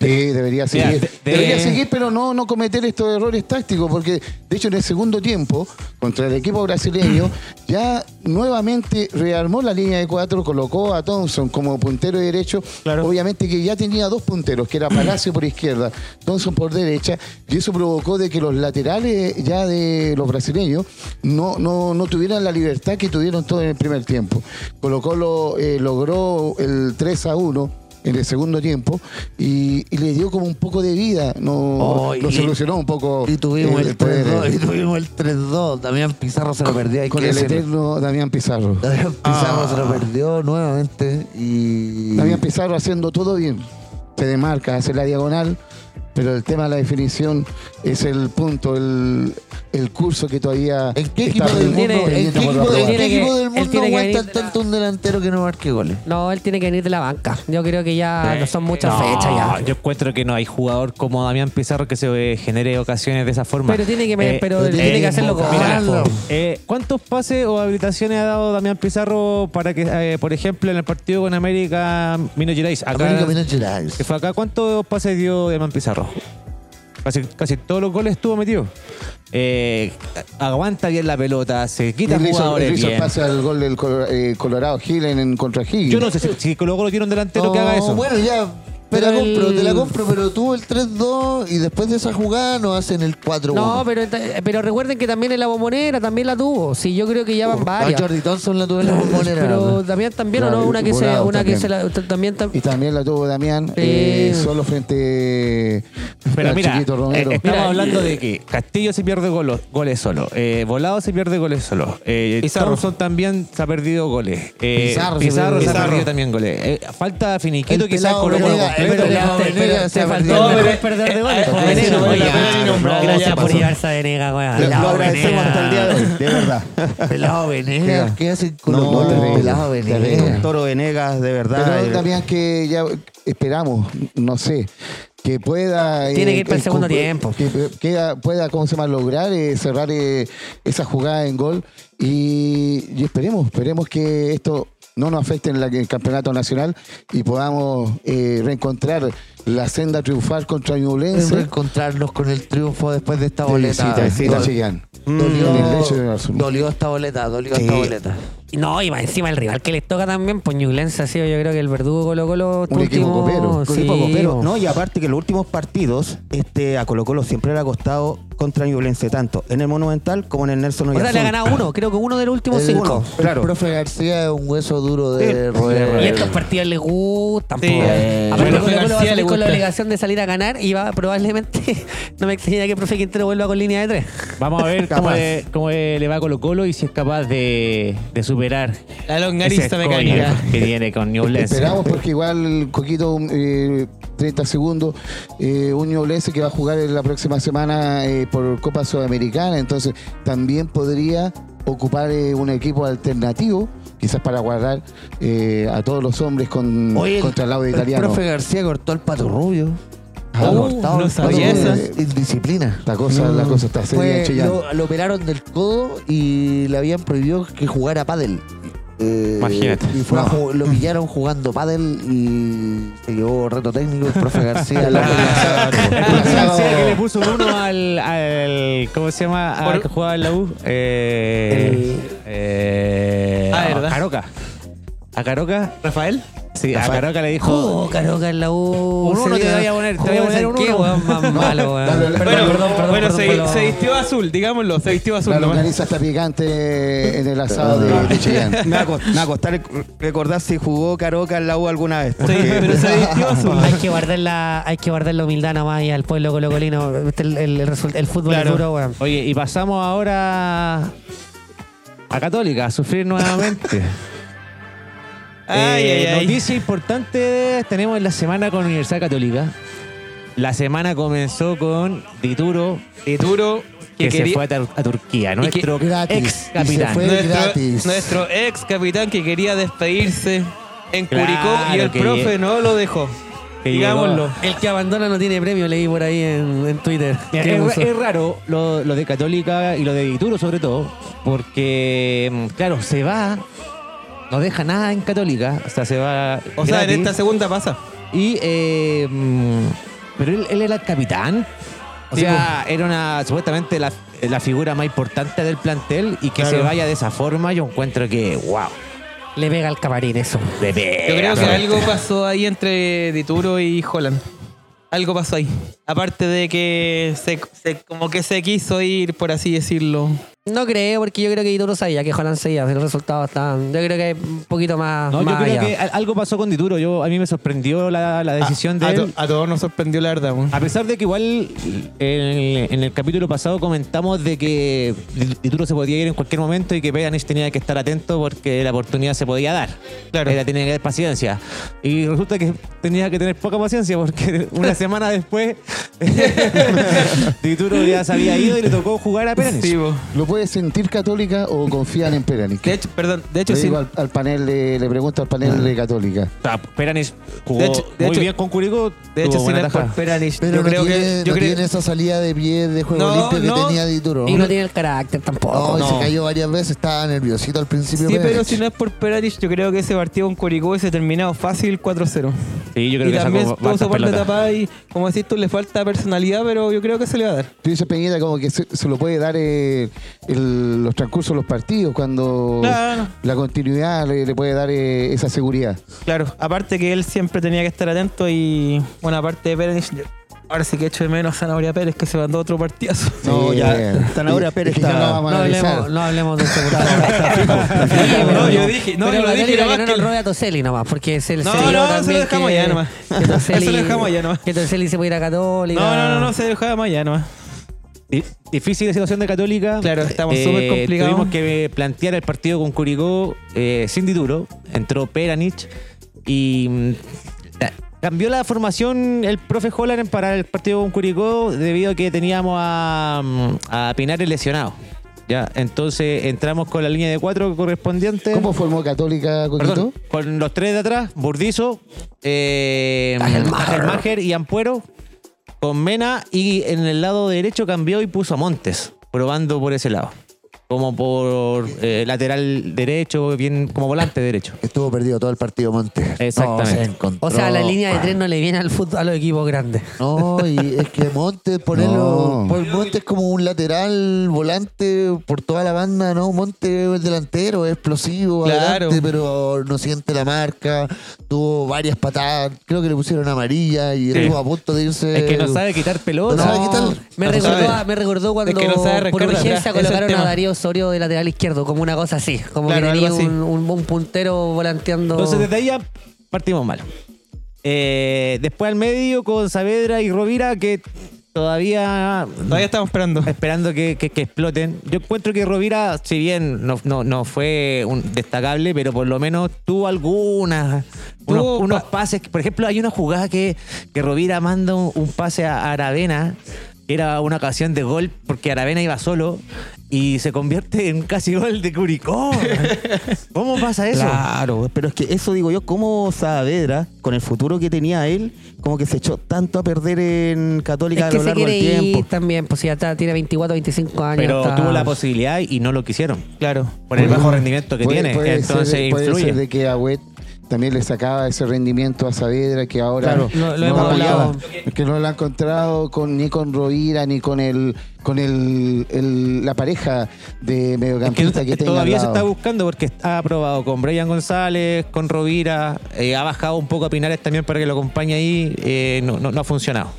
Speaker 2: Sí, debería seguir.
Speaker 1: Mira, de- de-
Speaker 2: debería seguir, pero no, no cometer estos errores tácticos, porque de hecho en el segundo tiempo, contra el equipo brasileño, ya nuevamente rearmó la línea de cuatro, colocó a Thompson como puntero derecho.
Speaker 4: Claro.
Speaker 2: Obviamente que ya tenía dos punteros, que era Palacio por izquierda, Thompson por derecha, y eso provocó de que los laterales ya de los brasileños no, no, no tuvieran la libertad que tuvieron todos en el primer tiempo. Colocó lo, eh, logró el 3 a 1 en el segundo tiempo y, y le dio como un poco de vida, no,
Speaker 6: Oh,
Speaker 2: lo
Speaker 6: y-
Speaker 2: solucionó un
Speaker 3: Oh,
Speaker 2: poco.
Speaker 6: Y tuvimos el,
Speaker 2: poder,
Speaker 6: 3-2,
Speaker 2: eh,
Speaker 6: y tuvimos el 3-2. También Pizarro se lo perdió. hay
Speaker 2: con
Speaker 6: que
Speaker 2: el
Speaker 6: decirlo.
Speaker 2: eterno Damián Pizarro.
Speaker 6: Damián Pizarro se
Speaker 3: Ah.
Speaker 6: lo perdió nuevamente y...
Speaker 2: Damián Pizarro haciendo todo bien, se demarca, hace la diagonal, pero el tema de la definición es el punto, el, el curso que todavía
Speaker 6: ¿En qué
Speaker 2: está
Speaker 6: equipo del mundo,
Speaker 2: pendiente
Speaker 3: Tiene-
Speaker 6: en
Speaker 2: por
Speaker 6: qué
Speaker 2: aprobar.
Speaker 6: equipo, en qué
Speaker 3: Tiene que-
Speaker 6: equipo del
Speaker 3: él
Speaker 6: mundo
Speaker 3: tiene que
Speaker 6: aguanta
Speaker 3: venir-
Speaker 6: tanto un delantero que no marque goles?
Speaker 3: No, él tiene que venir de la banca. Yo creo que ya no son muchas
Speaker 1: Eh, No,
Speaker 3: fechas ya.
Speaker 1: Yo encuentro que no hay jugador como Damián Pizarro que se eh, genere ocasiones de esa forma. Eh,
Speaker 3: Pero tiene que, pero
Speaker 6: tiene
Speaker 3: tiene
Speaker 6: que
Speaker 3: que hacerlo con
Speaker 1: mira,
Speaker 3: algo.
Speaker 1: eh, ¿Cuántos pases o habilitaciones ha dado Damián Pizarro para que, eh, por ejemplo, en el partido con América Minas Gerais? acá-
Speaker 6: América Minas Gerais.
Speaker 1: que fue acá, ¿cuántos pases dio Damián Pizarro? Casi, casi todos los goles estuvo metido. Eh, aguanta bien la pelota, se quita
Speaker 2: Él hizo-
Speaker 1: jugadores
Speaker 2: él hizo el
Speaker 1: bien.
Speaker 2: pase al gol del Colo- eh, Colorado Gil en, en contra Higgins.
Speaker 1: Yo no sé si, si Colo Colo tiene un delantero que haga
Speaker 6: No,
Speaker 1: eso.
Speaker 6: Bueno, ya. Te
Speaker 3: Pero
Speaker 6: la
Speaker 3: el-
Speaker 6: compro, te la compro, pero tuvo el 3-2 y después de esa jugada nos hacen el 4-1.
Speaker 3: No, pero, pero recuerden que también en la bombonera también la tuvo. Sí, yo creo que ya van
Speaker 6: Ah,
Speaker 3: varias.
Speaker 6: Jordi Thompson la tuve en la bombonera.
Speaker 3: Pero también, también o
Speaker 2: Claro,
Speaker 3: no, una que se,
Speaker 2: volado
Speaker 3: una que
Speaker 2: también.
Speaker 3: se la, t- también, tam-
Speaker 2: Y también la tuvo Damián eh, solo frente
Speaker 1: Pero
Speaker 2: al
Speaker 1: mira,
Speaker 2: Ah, chiquito
Speaker 1: eh,
Speaker 2: Romero.
Speaker 1: estamos
Speaker 3: Mira,
Speaker 1: hablando de que Castillo se pierde golo- goles solo, eh, Volado se pierde goles solo, eh,
Speaker 4: Pizarro.
Speaker 1: Thompson también se ha perdido goles, eh,
Speaker 6: Pizarro
Speaker 1: Pizarro, se,
Speaker 6: se perdió.
Speaker 1: ha perdido también goles. Eh, falta finiquito
Speaker 6: El
Speaker 1: quizás
Speaker 6: pelado
Speaker 1: Colo Colo
Speaker 6: Venega, el
Speaker 1: completo.
Speaker 6: pelado
Speaker 3: Pero-
Speaker 6: Venega
Speaker 3: pero-
Speaker 6: se
Speaker 3: te
Speaker 6: ha
Speaker 3: faltó
Speaker 6: perdido.
Speaker 3: el mejor perder de goles.
Speaker 6: eh,
Speaker 3: Venega,
Speaker 6: eh,
Speaker 3: Venega.
Speaker 6: eh, eh,
Speaker 3: Venega, Venega.
Speaker 6: eh,
Speaker 3: Gracias
Speaker 6: eh,
Speaker 3: por
Speaker 6: pasó.
Speaker 3: llevarse a Venega, weón.
Speaker 5: Lo, lo
Speaker 3: Pelado Venega.
Speaker 5: agradecemos hasta el día de hoy, de verdad.
Speaker 6: Pelado Venegas,
Speaker 2: Mira.
Speaker 6: ¿qué hacen con los
Speaker 5: No,
Speaker 6: goles?
Speaker 5: terrible,
Speaker 6: Pelado Venegas.
Speaker 5: Toro Venegas, de verdad.
Speaker 2: Pero
Speaker 5: eh,
Speaker 2: Damián que ya esperamos, no sé, que pueda... eh,
Speaker 3: Tiene que ir para el
Speaker 2: eh,
Speaker 3: segundo
Speaker 2: cum-
Speaker 3: tiempo.
Speaker 2: Que eh, queda- pueda, ¿cómo se llama?, lograr eh, cerrar eh, esa jugada en gol. Y, y esperemos, esperemos que esto no nos afecte en la- el campeonato nacional y podamos eh, reencontrar la senda triunfal contra
Speaker 6: Deben
Speaker 2: Ñublense.
Speaker 6: Reencontrarnos con el triunfo después de esta
Speaker 2: De
Speaker 6: boleta.
Speaker 2: visita, sí, la
Speaker 6: Dol-
Speaker 2: Chillán.
Speaker 6: dolió,
Speaker 2: En el lecho de Barcelona.
Speaker 6: dolió esta boleta, dolió esta
Speaker 5: Sí.
Speaker 6: boleta.
Speaker 3: No, y más encima el rival que les toca también, pues Ñublense ha sido yo creo que el verdugo Colo Colo
Speaker 2: Un equipo copero, un
Speaker 3: sí,
Speaker 5: equipo copero.
Speaker 3: po.
Speaker 5: No, y aparte que los últimos partidos, este, a Colo Colo siempre le ha costado contra Ñublense, tanto en el Monumental como en el Nelson
Speaker 3: O sea, le ha
Speaker 5: Oyarzún.
Speaker 3: ganado uno, creo que uno de los últimos
Speaker 6: El-
Speaker 3: cinco.
Speaker 6: el profe García es un hueso duro de
Speaker 5: Sí.
Speaker 6: roer.
Speaker 3: Y estos partidos les gustan.
Speaker 4: Sí,
Speaker 3: po.
Speaker 4: eh,
Speaker 3: Aparte,
Speaker 4: bueno,
Speaker 3: Colo-Colo va a
Speaker 4: García
Speaker 3: salir
Speaker 4: le
Speaker 3: con la
Speaker 4: gusta.
Speaker 3: obligación de salir a ganar y va probablemente. No me extraña que el profe Quintero vuelva con línea de tres.
Speaker 1: Vamos a ver cómo
Speaker 5: Capaz.
Speaker 1: le, cómo le va a Colo Colo y si es capaz de, de superar
Speaker 4: La longaniza
Speaker 1: ese escollo
Speaker 4: mecánica.
Speaker 1: que tiene con Newlands.
Speaker 2: Esperamos porque igual Coquito eh, 30 segundos, eh, un Ñublense que va a jugar en la próxima semana eh, por Copa Sudamericana, entonces también podría ocupar eh, un equipo alternativo, quizás para guardar eh, a todos los hombres con,
Speaker 6: Oye, el-
Speaker 2: contra el lado
Speaker 6: el
Speaker 2: italiano. Ah,
Speaker 6: profe uh, García cortó al pato rubio. Ha
Speaker 4: Oh,
Speaker 6: cortado
Speaker 4: no
Speaker 6: al Pato
Speaker 4: sabía
Speaker 6: Rubio.
Speaker 2: eso.
Speaker 6: Indisciplina.
Speaker 2: Eh, La cosa, la cosa está seria en
Speaker 6: Fue-
Speaker 2: Chillán.
Speaker 6: Pues, lo, lo operaron del codo y le habían prohibido que jugara pádel. Eh,
Speaker 1: Imagínate.
Speaker 6: Y fue a
Speaker 2: No.
Speaker 6: ju- lo pillaron jugando pádel y se llevó reto técnico el profe García. la reemplazaba.
Speaker 4: Ah,
Speaker 1: García que le puso un uno al, al- ¿Cómo se llama? Al que jugaba en la U. Eh, eh,
Speaker 4: Ah,
Speaker 1: a-
Speaker 4: ¿verdad?
Speaker 1: A Caroca. A Caroca.
Speaker 4: ¿Rafael? Uh,
Speaker 1: Sí, a Caroca le dijo.
Speaker 3: Oh, Caroca en la U.
Speaker 1: Un uno
Speaker 3: se
Speaker 1: te
Speaker 3: le-
Speaker 1: voy a poner, te voy a
Speaker 3: Joder,
Speaker 1: poner un
Speaker 3: ¿sabes qué,
Speaker 1: uno.
Speaker 3: weón? más malo, weón.
Speaker 2: dale, dale.
Speaker 4: Bueno,
Speaker 3: perdón, perdón,
Speaker 4: bueno, se,
Speaker 3: perdón,
Speaker 4: se
Speaker 3: perdón.
Speaker 4: vistió azul, digámoslo, se vistió azul
Speaker 2: La
Speaker 4: nomás.
Speaker 2: longaniza está picante en el asado de, de Chillán.
Speaker 5: Me va a cost- me va a costar recordar si jugó Caroca en la U alguna vez.
Speaker 4: Se-
Speaker 5: porque-
Speaker 4: pero se vistió azul.
Speaker 3: Hay que guardar la, hay que guardar la humildad nomás y al pueblo colocolino. Viste, El, el, el resul- el fútbol
Speaker 4: Claro.
Speaker 3: es duro, weón.
Speaker 1: Oye, y pasamos ahora a Católica, a sufrir nuevamente.
Speaker 4: Ay,
Speaker 1: Eh,
Speaker 4: ay, ay.
Speaker 1: Noticia importante tenemos en la semana con Universidad Católica. La semana comenzó con Dituro,
Speaker 4: De duro
Speaker 1: que,
Speaker 4: que,
Speaker 1: se
Speaker 4: quería-
Speaker 1: fue a, Tar- a Turquía, nuestro
Speaker 2: gratis,
Speaker 1: ex
Speaker 2: y se
Speaker 1: capitán.
Speaker 2: fue gratis.
Speaker 4: nuestro, nuestro ex capitán que quería despedirse en Curicó y
Speaker 1: Claro
Speaker 4: el
Speaker 1: que-
Speaker 4: profe no lo dejó.
Speaker 1: que llegó.
Speaker 4: Digámoslo.
Speaker 3: El que abandona no tiene premio, leí por ahí en, en Twitter.
Speaker 1: Mira,
Speaker 3: Que
Speaker 1: es,
Speaker 3: puso.
Speaker 1: es raro lo, lo de Católica y lo de Dituro sobre todo, porque, mm, claro, se va, no deja nada en Católica, o sea, se va...
Speaker 4: O sea, en
Speaker 1: gratis.
Speaker 4: esta segunda pasa.
Speaker 1: Y eh, mm, Pero él, él era el capitán. O
Speaker 2: Sí,
Speaker 1: sea, era una supuestamente la, la figura más importante del plantel y que se
Speaker 4: Claro.
Speaker 1: vaya de esa forma, yo encuentro que, wow,
Speaker 3: Le pega al camarín eso.
Speaker 1: de
Speaker 4: Yo creo
Speaker 1: veras.
Speaker 4: que algo pasó ahí entre Dituro y Holland. Algo pasó ahí. Aparte de que se, se- como que se quiso ir, por así decirlo.
Speaker 3: No creo, porque yo creo que Ituro sabía que Holland se iba, pero los resultados estaban. Yo creo que un poquito más.
Speaker 1: No, yo
Speaker 3: más
Speaker 1: creo
Speaker 3: allá.
Speaker 1: que al- algo pasó con Dituro. Yo, a mí me sorprendió la, la decisión
Speaker 4: a,
Speaker 1: de él.
Speaker 4: to- a todos nos sorprendió la verdad. weón.
Speaker 1: A pesar de que igual en, en el capítulo pasado comentamos de que Dituro se podía ir en cualquier momento y que Peganich tenía que estar atento porque la oportunidad se podía dar.
Speaker 4: Claro.
Speaker 1: Era tenía que tener paciencia. Y resulta que tenía que tener poca paciencia porque una semana después Dituro ya se había ido y le tocó jugar a Peganich.
Speaker 4: Sí, bo.
Speaker 2: ¿Lo puede sentir católica o confían en Peranich?
Speaker 4: De hecho, perdón, de hecho
Speaker 2: le,
Speaker 4: sí.
Speaker 2: digo al, al panel de- le pregunto al panel
Speaker 5: Ah.
Speaker 2: de católica.
Speaker 1: O sea, Peranich Ah, jugó
Speaker 4: De hecho- de
Speaker 1: muy
Speaker 4: hecho-
Speaker 1: bien con Curicó.
Speaker 4: De hecho,
Speaker 1: tuvo
Speaker 4: sin
Speaker 1: buena
Speaker 4: el por
Speaker 1: tajada.
Speaker 4: Peranich,
Speaker 6: Pero
Speaker 4: yo
Speaker 6: no,
Speaker 4: creo
Speaker 6: tiene,
Speaker 4: que. Yo
Speaker 6: no
Speaker 4: creo-
Speaker 6: tiene esa salida de pie de juego
Speaker 4: No,
Speaker 6: limpio que
Speaker 4: no.
Speaker 6: tenía Dituro.
Speaker 3: Y no tiene el carácter
Speaker 6: No,
Speaker 3: tampoco.
Speaker 6: y
Speaker 4: No.
Speaker 6: se cayó varias veces, estaba nerviosito al principio.
Speaker 4: Sí, pero
Speaker 6: Pérez.
Speaker 4: si no es por Peranich, yo creo que ese partido con Curicó se terminado fácil 4-0.
Speaker 1: Sí, yo creo
Speaker 4: Y
Speaker 1: que sacó
Speaker 4: también puso
Speaker 1: hartas
Speaker 4: por la
Speaker 1: pelotas.
Speaker 4: tapada y, como decís tú, le falta personalidad, pero yo creo que se le va a dar.
Speaker 2: Tú dices, Peñeta, como que se, se lo puede dar eh, el- los transcurso de los partidos, cuando
Speaker 4: Claro.
Speaker 2: la continuidad le, le puede dar eh, esa seguridad.
Speaker 4: Claro, aparte que él siempre tenía que estar atento y bueno, aparte de Pérez, yo- ahora sí que echo de menos a Zanahoria Pérez que se mandó otro partidazo.
Speaker 5: No,
Speaker 2: Sí,
Speaker 5: ya.
Speaker 2: eh,
Speaker 5: Zanahoria
Speaker 2: es
Speaker 5: Pérez
Speaker 2: que ya
Speaker 5: está-
Speaker 2: no vamos a
Speaker 3: No
Speaker 2: analizar.
Speaker 3: hablemos, no hablemos de eso. por favor. Sí,
Speaker 4: fijo.
Speaker 3: pero-
Speaker 4: No, yo dije- no,
Speaker 3: pero
Speaker 4: yo lo
Speaker 3: la
Speaker 4: dije,
Speaker 3: realidad
Speaker 4: nomás
Speaker 3: es
Speaker 4: que-
Speaker 3: que no nos robe a Toselli nomás, porque es el
Speaker 4: No,
Speaker 3: se dio
Speaker 4: no, eso
Speaker 3: también
Speaker 4: lo dejamos
Speaker 3: que-
Speaker 4: ya nomás.
Speaker 3: que Toselli-
Speaker 4: Eso lo dejamos ya nomás.
Speaker 3: Que Toselli se puede ir a Católica.
Speaker 4: No, no, no, no, se dejaba más ya nomás.
Speaker 1: Di- Difícil la situación de Católica. Eh,
Speaker 4: Claro, estamos súper complicados.
Speaker 1: Tuvimos que plantear el partido con Curicó eh, sin Dituro. Entró Peranich y mm, la- cambió la formación el profe Holland para el partido con Curicó debido a que teníamos a, mm, a Pinares lesionado. Ya, entonces entramos con la línea de cuatro correspondiente.
Speaker 2: ¿Cómo formó Católica Coquito?
Speaker 1: Perdón, con los tres de atrás, Burdizo, eh, Ajelmacher y Ampuero, con Mena y en el lado derecho cambió y puso a Montes, probando por ese lado. Como por eh, lateral derecho, bien como volante derecho.
Speaker 6: Estuvo perdido todo el partido Monte.
Speaker 1: Exactamente.
Speaker 6: No, se encontró.
Speaker 3: O sea, la línea de tres no le viene al fútbol, a los equipos grandes.
Speaker 6: No, y es que Montes, ponerlo.
Speaker 2: No.
Speaker 6: por- Montes es como un lateral volante por toda la banda, ¿no? Montes es el delantero, es explosivo,
Speaker 4: Claro.
Speaker 6: adelante, pero no siente la marca. Tuvo varias patadas, creo que le pusieron amarilla y estuvo a punto de irse.
Speaker 1: es que no sabe quitar
Speaker 6: No
Speaker 1: pelota.
Speaker 6: sabe qué tal.
Speaker 3: Me,
Speaker 4: No
Speaker 3: recordó,
Speaker 4: sabe.
Speaker 3: a- me recordó cuando
Speaker 4: Es que no sabe
Speaker 3: por
Speaker 4: arrancar de atrás,
Speaker 3: urgencia
Speaker 4: ese es el
Speaker 3: colocaron a
Speaker 4: tema.
Speaker 3: Darío Osorio de lateral izquierdo, como una cosa así. Como
Speaker 4: Claro,
Speaker 3: que
Speaker 4: algo
Speaker 3: tenía
Speaker 4: así.
Speaker 3: un, un- un puntero volanteando.
Speaker 1: Entonces desde ahí ya partimos mal. Eh, después al medio con Saavedra y Rovira que todavía
Speaker 4: Todavía estamos esperando.
Speaker 1: esperando que, que- que exploten. Yo encuentro que Rovira, si bien no, no- no fue un destacable, pero por lo menos tuvo algunas. Unos,
Speaker 4: Tuvo
Speaker 1: unos
Speaker 4: pa-
Speaker 1: pases. Por ejemplo, hay una jugada que, que Rovira manda un, un pase a Aravena. que Era una ocasión de gol porque Aravena iba solo y se convierte en casi gol de Curicó. ¿Cómo pasa eso?
Speaker 5: Claro, pero es que eso digo yo, ¿cómo Saavedra, con el futuro que tenía él, como que se echó tanto a perder en Católica
Speaker 3: es que
Speaker 5: a lo
Speaker 3: se
Speaker 5: largo
Speaker 3: quiere
Speaker 5: del
Speaker 3: ir
Speaker 5: tiempo?
Speaker 3: también, pues si ya está- tiene 24, 25 años.
Speaker 1: Pero
Speaker 3: está-
Speaker 1: tuvo la posibilidad y no lo quisieron.
Speaker 4: Claro.
Speaker 1: Por el bajo rendimiento que tiene. Entonces
Speaker 2: ser, puede
Speaker 1: influye.
Speaker 2: ser de que Agüet también le sacaba ese rendimiento a Saavedra que ahora
Speaker 4: Claro, lo- lo hemos
Speaker 2: apoyaba.
Speaker 4: hablado.
Speaker 2: que no lo ha encontrado con, ni con Rovira ni con el con el, el- la pareja de
Speaker 1: Es que,
Speaker 2: mediocampista que, tenga
Speaker 1: todavía
Speaker 2: al
Speaker 1: se está
Speaker 2: lado.
Speaker 1: buscando porque ha probado con Brian González, con Rovira, eh, ha bajado un poco a Pinares también para que lo acompañe ahí, eh, no, no- no ha funcionado.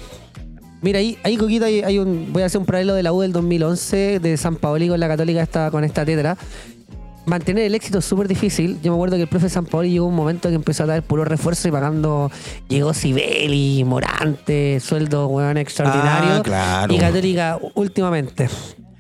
Speaker 3: Mira, ahí, ahí Coquito, hay, hay un, voy a hacer un paralelo de la U del 2011, de San Paoli con la Católica esta, con esta tetra. Mantener el éxito es súper difícil. Yo me acuerdo que el profe San Paoli llegó un momento que empezó a dar puro refuerzo y pagando. Llegó Sibeli, Morante, sueldo weón extraordinario.
Speaker 5: Ah, claro.
Speaker 3: Y Católica últimamente.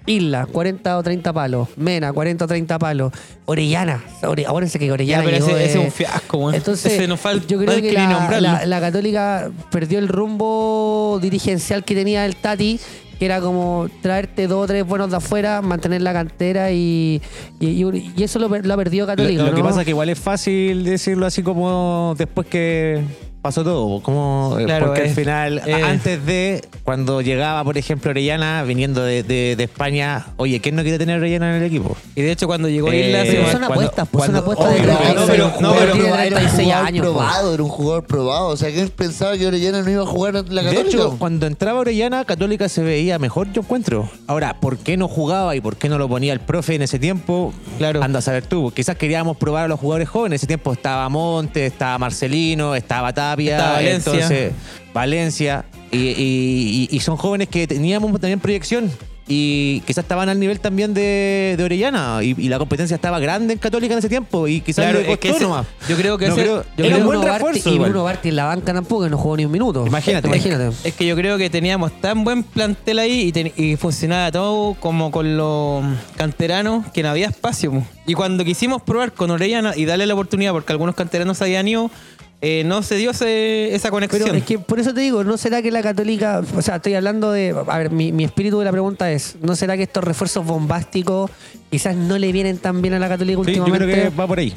Speaker 3: Isla, 40 o 30 palos. Mena, 40 o 30 palos. Orellana, Ore- acuérdense que Orellana.
Speaker 4: Ya, pero ese,
Speaker 3: llegó de-
Speaker 4: ese es un fiasco, weón.
Speaker 3: entonces,
Speaker 4: Ese no falta
Speaker 3: yo creo que
Speaker 4: ni
Speaker 3: la,
Speaker 4: nombrarlo.
Speaker 3: la- la Católica perdió el rumbo dirigencial que tenía el Tati, que era como traerte dos o tres buenos de afuera, mantener la cantera y, y, y un- y eso lo, per- lo ha perdido
Speaker 1: Lo,
Speaker 3: Católica.
Speaker 1: lo que
Speaker 3: ¿no?
Speaker 1: pasa es que igual es fácil decirlo así como después que, pasó todo. Como, eh,
Speaker 4: Claro,
Speaker 1: porque al
Speaker 4: es-
Speaker 1: final,
Speaker 4: es.
Speaker 1: antes de, cuando llegaba, por ejemplo, Orellana, viniendo de, de- de España, oye, ¿quién no quiere tener Orellana en el equipo?
Speaker 4: Y de hecho, cuando llegó
Speaker 1: Eh,
Speaker 4: Isla, se
Speaker 1: pero
Speaker 4: va-
Speaker 3: son
Speaker 1: cuando-
Speaker 3: apuestas, pues son
Speaker 1: cuando-
Speaker 3: apuestas de
Speaker 1: obvio,
Speaker 3: cada
Speaker 1: pero-
Speaker 3: año.
Speaker 1: pero-
Speaker 3: Un
Speaker 1: no,
Speaker 3: jugador
Speaker 1: pero-
Speaker 3: tiene
Speaker 6: era un
Speaker 3: 36
Speaker 6: jugador
Speaker 3: años, po.
Speaker 6: probado, era un jugador probado. O sea, ¿quién pensaba que Orellana no iba a jugar en la
Speaker 1: De
Speaker 6: Católica?
Speaker 1: hecho, cuando entraba Orellana, Católica se veía mejor, yo encuentro. Ahora, ¿por qué no jugaba y por qué no lo ponía el profe en ese tiempo?
Speaker 4: Claro.
Speaker 1: Anda a saber tú. Quizás queríamos probar a los jugadores jóvenes. En ese tiempo estaba Monte, estaba Marcelino, estaba Tapia,
Speaker 4: Estaba Valencia.
Speaker 1: entonces Valencia. Y, y- y- y son jóvenes que teníamos también proyección. Y quizás estaban al nivel también de, de Orellana. Y, y la competencia estaba grande en Católica en ese tiempo. Y quizás
Speaker 4: Claro,
Speaker 1: le
Speaker 4: es que
Speaker 1: costó
Speaker 4: ese-
Speaker 1: nomás.
Speaker 4: yo creo que
Speaker 1: No
Speaker 4: ese-
Speaker 1: creo-
Speaker 4: yo
Speaker 1: era
Speaker 4: creo
Speaker 1: un
Speaker 4: que
Speaker 1: buen
Speaker 3: Bruno Barti-
Speaker 1: refuerzo.
Speaker 3: Y
Speaker 1: igual.
Speaker 3: Bruno Barti en la banca tampoco, que no jugó ni un minuto.
Speaker 1: Imagínate.
Speaker 3: Imagínate.
Speaker 4: Es que yo creo que teníamos tan buen plantel ahí y, ten- y funcionaba todo como con los canteranos que no había espacio. mo. Y cuando quisimos probar con Orellana y darle la oportunidad, porque algunos canteranos se habían ido, eh, no se dio ese- esa conexión.
Speaker 3: Pero es que por eso te digo, ¿no será que la católica, o sea, estoy hablando de, a ver, mi, mi espíritu de la pregunta es, ¿no será que estos refuerzos bombásticos quizás no le vienen tan bien a la católica
Speaker 1: Sí, yo
Speaker 3: últimamente?
Speaker 1: creo que va por ahí.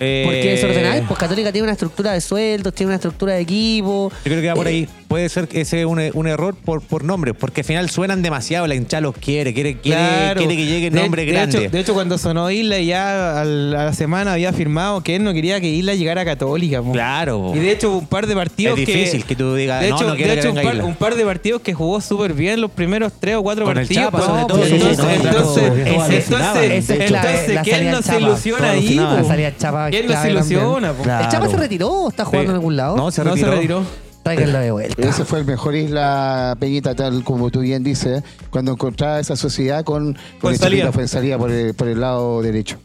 Speaker 1: Eh,
Speaker 3: Porque desordenáis, pues Católica tiene una estructura de sueldos, tiene una estructura de equipo.
Speaker 1: Yo creo que va por ahí. Puede ser que ese es un, un error por, por nombre, porque al final suenan demasiado. La hincha los quiere, quiere, quiere,
Speaker 4: Claro.
Speaker 1: quiere que llegue el
Speaker 4: De-
Speaker 1: nombre
Speaker 4: de
Speaker 1: grande.
Speaker 4: hecho- de hecho, cuando sonó Isla, ya al- a la semana había afirmado que él no quería que Isla llegara a Católica. po.
Speaker 1: claro. po.
Speaker 4: Y de hecho, un par de partidos
Speaker 1: Es
Speaker 4: que.
Speaker 1: difícil que tú digas,
Speaker 4: De
Speaker 1: "No,
Speaker 4: hecho,
Speaker 1: no quiero
Speaker 4: de
Speaker 1: que
Speaker 4: hecho, un,
Speaker 1: venga
Speaker 4: par,
Speaker 1: Isla".
Speaker 4: un par de partidos que jugó súper bien los primeros tres o cuatro
Speaker 1: Con el
Speaker 4: partidos.
Speaker 1: Chapa, sobre
Speaker 4: No,
Speaker 1: todo,
Speaker 4: pues,
Speaker 1: sí,
Speaker 4: entonces,
Speaker 1: con el Chapa
Speaker 4: entonces,
Speaker 1: todos
Speaker 4: entonces,
Speaker 1: alucinaban.
Speaker 4: entonces,
Speaker 3: Esa es la- la
Speaker 4: ¿quién
Speaker 3: salida
Speaker 4: no
Speaker 3: del
Speaker 4: se
Speaker 3: Chapa,
Speaker 4: ilusiona
Speaker 1: todos
Speaker 4: ahí?
Speaker 1: alucinaban.
Speaker 4: po?
Speaker 3: La salida del Chapa es
Speaker 4: ¿Quién no se
Speaker 3: clave también.
Speaker 4: ilusiona? po?
Speaker 1: Claro.
Speaker 3: El Chapa se retiró, está jugando
Speaker 1: Sí.
Speaker 3: en algún lado.
Speaker 1: No, se
Speaker 4: No se
Speaker 1: retiró.
Speaker 4: retiró.
Speaker 3: Tráiganlo de vuelta.
Speaker 2: Ese fue el mejor isla Peñita, tal como tú bien dices, ¿eh? cuando encontraba esa sociedad con, este con el
Speaker 4: Fuenzalía.
Speaker 2: Chapita Fuenzalía por el, por el lado derecho.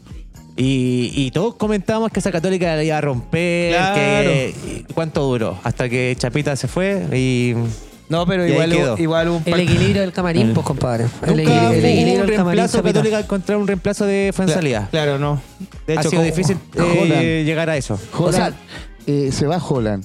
Speaker 1: Y, y todos comentábamos que esa católica la iba a romper.
Speaker 4: Claro.
Speaker 1: que- y- ¿Cuánto duró? Hasta que Chapita se fue y.
Speaker 4: No, pero
Speaker 1: Y ahí
Speaker 4: igual,
Speaker 1: quedó.
Speaker 4: hubo- igual hubo un
Speaker 3: El
Speaker 4: par-
Speaker 3: equilibrio del camarín, pues compadre. El,
Speaker 1: Nunca
Speaker 3: equilibrio-
Speaker 1: hubo
Speaker 3: el equilibrio
Speaker 1: un
Speaker 3: del camarín.
Speaker 1: reemplazo
Speaker 3: capitán.
Speaker 1: católica encontrar un reemplazo de Fuenzalía.
Speaker 4: Claro, no. De
Speaker 1: ha
Speaker 4: hecho,
Speaker 1: sido
Speaker 4: como-
Speaker 1: difícil eh,
Speaker 2: Jolan.
Speaker 1: llegar a eso.
Speaker 2: Holland, eh, se va Holland,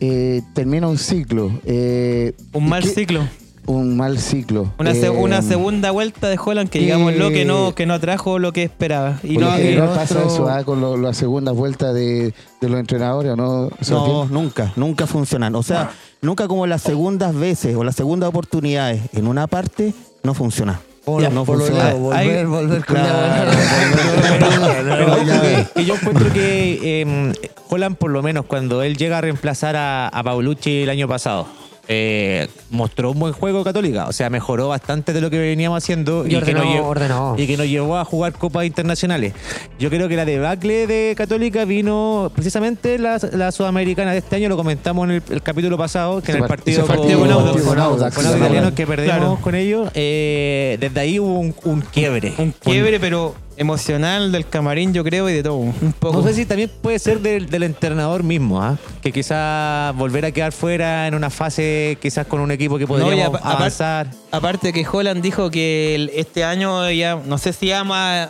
Speaker 2: eh, termina un ciclo. eh,
Speaker 4: Un mal
Speaker 2: ¿qué-
Speaker 4: ciclo.
Speaker 2: Un mal ciclo.
Speaker 4: Una, se-
Speaker 2: eh,
Speaker 4: una segunda vuelta de Holland que,
Speaker 2: y-
Speaker 4: digamos, lo que no, que no atrajo lo que esperaba. Y
Speaker 2: por
Speaker 4: no,
Speaker 2: lo general
Speaker 4: y-
Speaker 2: pasa eso ah, con lo- las segundas vueltas de, de los entrenadores, ¿o ¿no? Sebastián?
Speaker 5: No, nunca, nunca funcionan. O
Speaker 1: Ah.
Speaker 5: sea, nunca como las segundas veces o las segundas oportunidades en una parte no funciona.
Speaker 6: Hola,
Speaker 5: no
Speaker 6: por lo
Speaker 5: funciona.
Speaker 6: lado, volver,
Speaker 4: Hay-
Speaker 6: volver con
Speaker 5: Claro.
Speaker 6: la
Speaker 1: Pero ojo que- que yo encuentro que eh, Holland, por lo menos cuando él llega a reemplazar a, a Paulucci el año pasado, eh, mostró un buen juego Católica. O sea, mejoró bastante de lo que veníamos haciendo
Speaker 3: Y ordenó,
Speaker 1: que nos lle-
Speaker 3: ordenó.
Speaker 1: y que nos llevó a jugar copas internacionales. Yo creo que la debacle de Católica vino precisamente la, la sudamericana de este año. Lo comentamos en el, el capítulo pasado, que
Speaker 2: Ese
Speaker 1: en el
Speaker 2: par-
Speaker 1: partido,
Speaker 2: ese partido
Speaker 1: con,
Speaker 2: con
Speaker 1: Audax-
Speaker 2: Audax.
Speaker 1: con Audax,
Speaker 2: Con
Speaker 1: los
Speaker 2: Audax.
Speaker 1: italianos que perdimos
Speaker 4: Claro.
Speaker 1: con ellos, eh, desde ahí hubo un, un quiebre.
Speaker 4: un quiebre, pero emocional del camarín, yo creo, y de todo. Un poco.
Speaker 1: No sé si también puede ser del, del entrenador mismo, ¿ah? que quizás volver a quedar fuera en una fase quizás con un equipo que
Speaker 4: No, y
Speaker 1: podríamos
Speaker 4: apa- apar-
Speaker 1: avanzar.
Speaker 4: Aparte que Holland dijo que el- este año ya, no sé si ama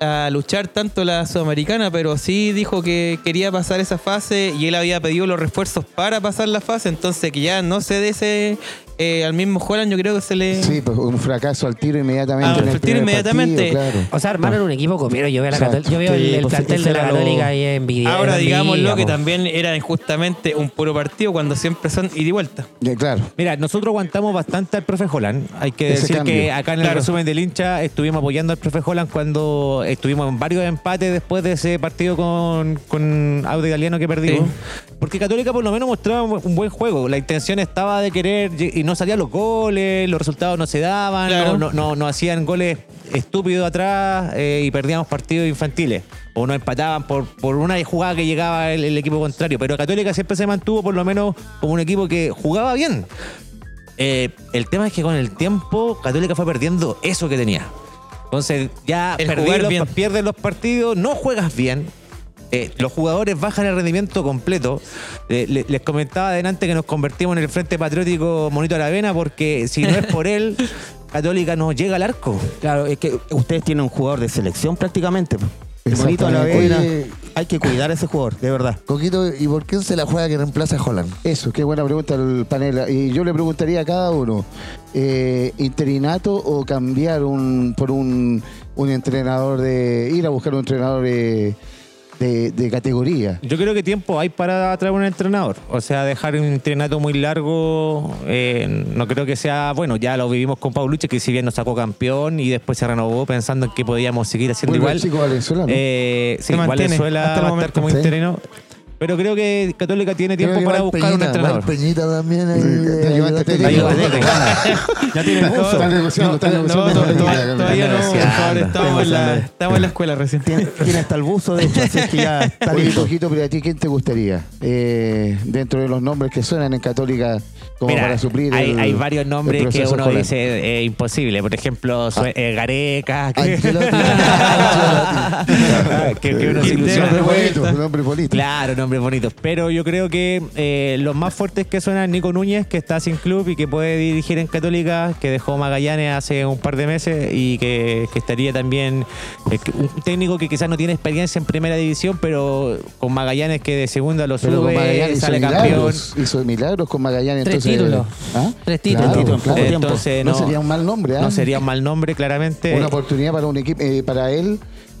Speaker 4: a, a luchar tanto la sudamericana, pero sí dijo que quería pasar esa fase y él había pedido los refuerzos para pasar la fase, entonces que ya no se dé ese eh, al mismo Holland, yo creo que se le...
Speaker 2: Sí, pues un fracaso al tiro inmediatamente.
Speaker 4: eh. Ah, Al
Speaker 2: en el
Speaker 4: tiro
Speaker 2: primer
Speaker 4: inmediatamente.
Speaker 2: partido, claro.
Speaker 3: O sea, armaron un equipo copero. Yo veo, la
Speaker 2: Exacto.
Speaker 3: Cató- yo veo el,
Speaker 5: Sí,
Speaker 3: el
Speaker 5: pues,
Speaker 3: plantel
Speaker 5: ese
Speaker 3: de la
Speaker 5: era lo-
Speaker 3: Católica y es envidia.
Speaker 4: Ahora
Speaker 3: es
Speaker 4: digámoslo
Speaker 3: envidia,
Speaker 4: que
Speaker 3: po.
Speaker 4: también era justamente un puro partido cuando siempre son ida y vuelta.
Speaker 2: Ya, Eh, claro.
Speaker 1: Mira, nosotros aguantamos bastante al profe Holland. Hay que
Speaker 2: Ese
Speaker 1: decir que
Speaker 2: cambio.
Speaker 1: acá en el
Speaker 4: Claro.
Speaker 1: resumen del hincha estuvimos apoyando al profe Holland cuando estuvimos en varios empates después de ese partido con, con Audio Italiano que perdimos. Porque Católica por lo menos mostraba un un buen juego. La intención estaba de querer lle- y no salían los goles, los resultados no se daban,
Speaker 4: Claro.
Speaker 1: no, no, no- no hacían goles estúpidos atrás eh, y perdíamos partidos infantiles. O nos empataban por, por una jugada que llegaba el, el equipo contrario. Pero Católica siempre se mantuvo por lo menos como un equipo que jugaba bien. Eh, el tema es que con el tiempo Católica fue perdiendo eso que tenía. Entonces ya
Speaker 4: El
Speaker 1: perdí
Speaker 4: jugar
Speaker 1: los-
Speaker 4: bien.
Speaker 1: pierdes los partidos, no juegas bien. eh, los jugadores bajan el rendimiento completo. Eh, le- les comentaba adelante que nos convertimos en el Frente Patriótico Monito Aravena porque si no es por él, Católica no llega al arco.
Speaker 5: Claro, es que ustedes tienen un jugador de selección prácticamente.
Speaker 2: Exactamente.
Speaker 5: Bonito a la
Speaker 6: Oye.
Speaker 5: vez. Hay que cuidar a ese jugador, de verdad.
Speaker 6: Coquito, ¿y por quién se la juega que reemplaza a Holland?
Speaker 2: Eso, qué buena pregunta el panel. Y yo le preguntaría a cada uno, eh, ¿interinato o cambiar un, por un, un entrenador de... ir a buscar un entrenador eh, de, de categoría.
Speaker 1: Yo creo que tiempo hay para traer un entrenador. O sea, dejar un entrenato muy largo eh, no creo que sea bueno. Ya lo vivimos con Pauluche, que si bien nos sacó campeón y después se renovó pensando en que podíamos seguir haciendo
Speaker 2: Vuelve
Speaker 1: igual.
Speaker 2: el chico venezolano.
Speaker 1: Eh, sí,
Speaker 4: Se mantiene
Speaker 1: Valenzuela
Speaker 4: hasta el
Speaker 1: va a estar
Speaker 4: momento.
Speaker 1: como
Speaker 2: Sí.
Speaker 1: interino. Pero creo que Católica tiene tiempo para buscar un entrenador.
Speaker 6: Peñita también ahí.
Speaker 2: Te ayudaste
Speaker 6: eh, ayudante
Speaker 2: técnico.
Speaker 6: técnico.
Speaker 1: Ayudante técnico. Ya tiene
Speaker 2: Están
Speaker 1: buzo.
Speaker 2: negociando, están
Speaker 4: No,
Speaker 2: negociando.
Speaker 4: no, to- to- todavía no,
Speaker 1: negociando.
Speaker 4: ahora estamos en la- estamos en la escuela recién.
Speaker 5: Tiene, tiene hasta el buzo, de hecho, así es que ya está
Speaker 2: Oye,
Speaker 5: listo.
Speaker 2: Jorgito, pero a ti, ¿quién te gustaría? Eh, dentro de los nombres que suenan en Católica como
Speaker 1: Mira,
Speaker 2: para suplir
Speaker 1: hay,
Speaker 2: el-
Speaker 1: hay varios
Speaker 2: el
Speaker 1: nombres que
Speaker 2: proceso
Speaker 1: uno
Speaker 2: escolar. Ah.
Speaker 1: dice eh, imposible. Por ejemplo, su- eh, Gareca. Que, Ah,
Speaker 6: Ancelotti.
Speaker 1: que- que uno se
Speaker 4: Quintero.
Speaker 1: ilusiona.
Speaker 2: Nombre bonito,
Speaker 4: Vuelta.
Speaker 2: nombre bonito.
Speaker 1: Claro, nombres bonitos. Pero yo creo que eh, los más fuertes que suenan Nico Núñez, que está sin club y que puede dirigir en Católica, que dejó Magallanes hace un par de meses y que, que estaría también eh, que- un técnico que quizás no tiene experiencia en primera división, pero con Magallanes que de segunda lo
Speaker 2: Pero con
Speaker 1: sube,
Speaker 2: Magallanes
Speaker 1: sale
Speaker 2: hizo
Speaker 1: campeón.
Speaker 2: milagros. Hizo milagros con Magallanes.
Speaker 3: Tres
Speaker 2: entonces,
Speaker 3: títulos.
Speaker 2: ¿Ah?
Speaker 3: Tres títulos.
Speaker 2: Claro,
Speaker 5: Títulos,
Speaker 2: claro.
Speaker 5: poco tiempo.
Speaker 1: Entonces
Speaker 2: No,
Speaker 1: no,
Speaker 2: sería un mal nombre. ¿ah?
Speaker 1: no sería un mal nombre, claramente.
Speaker 2: Una oportunidad para un equipo, eh, para él,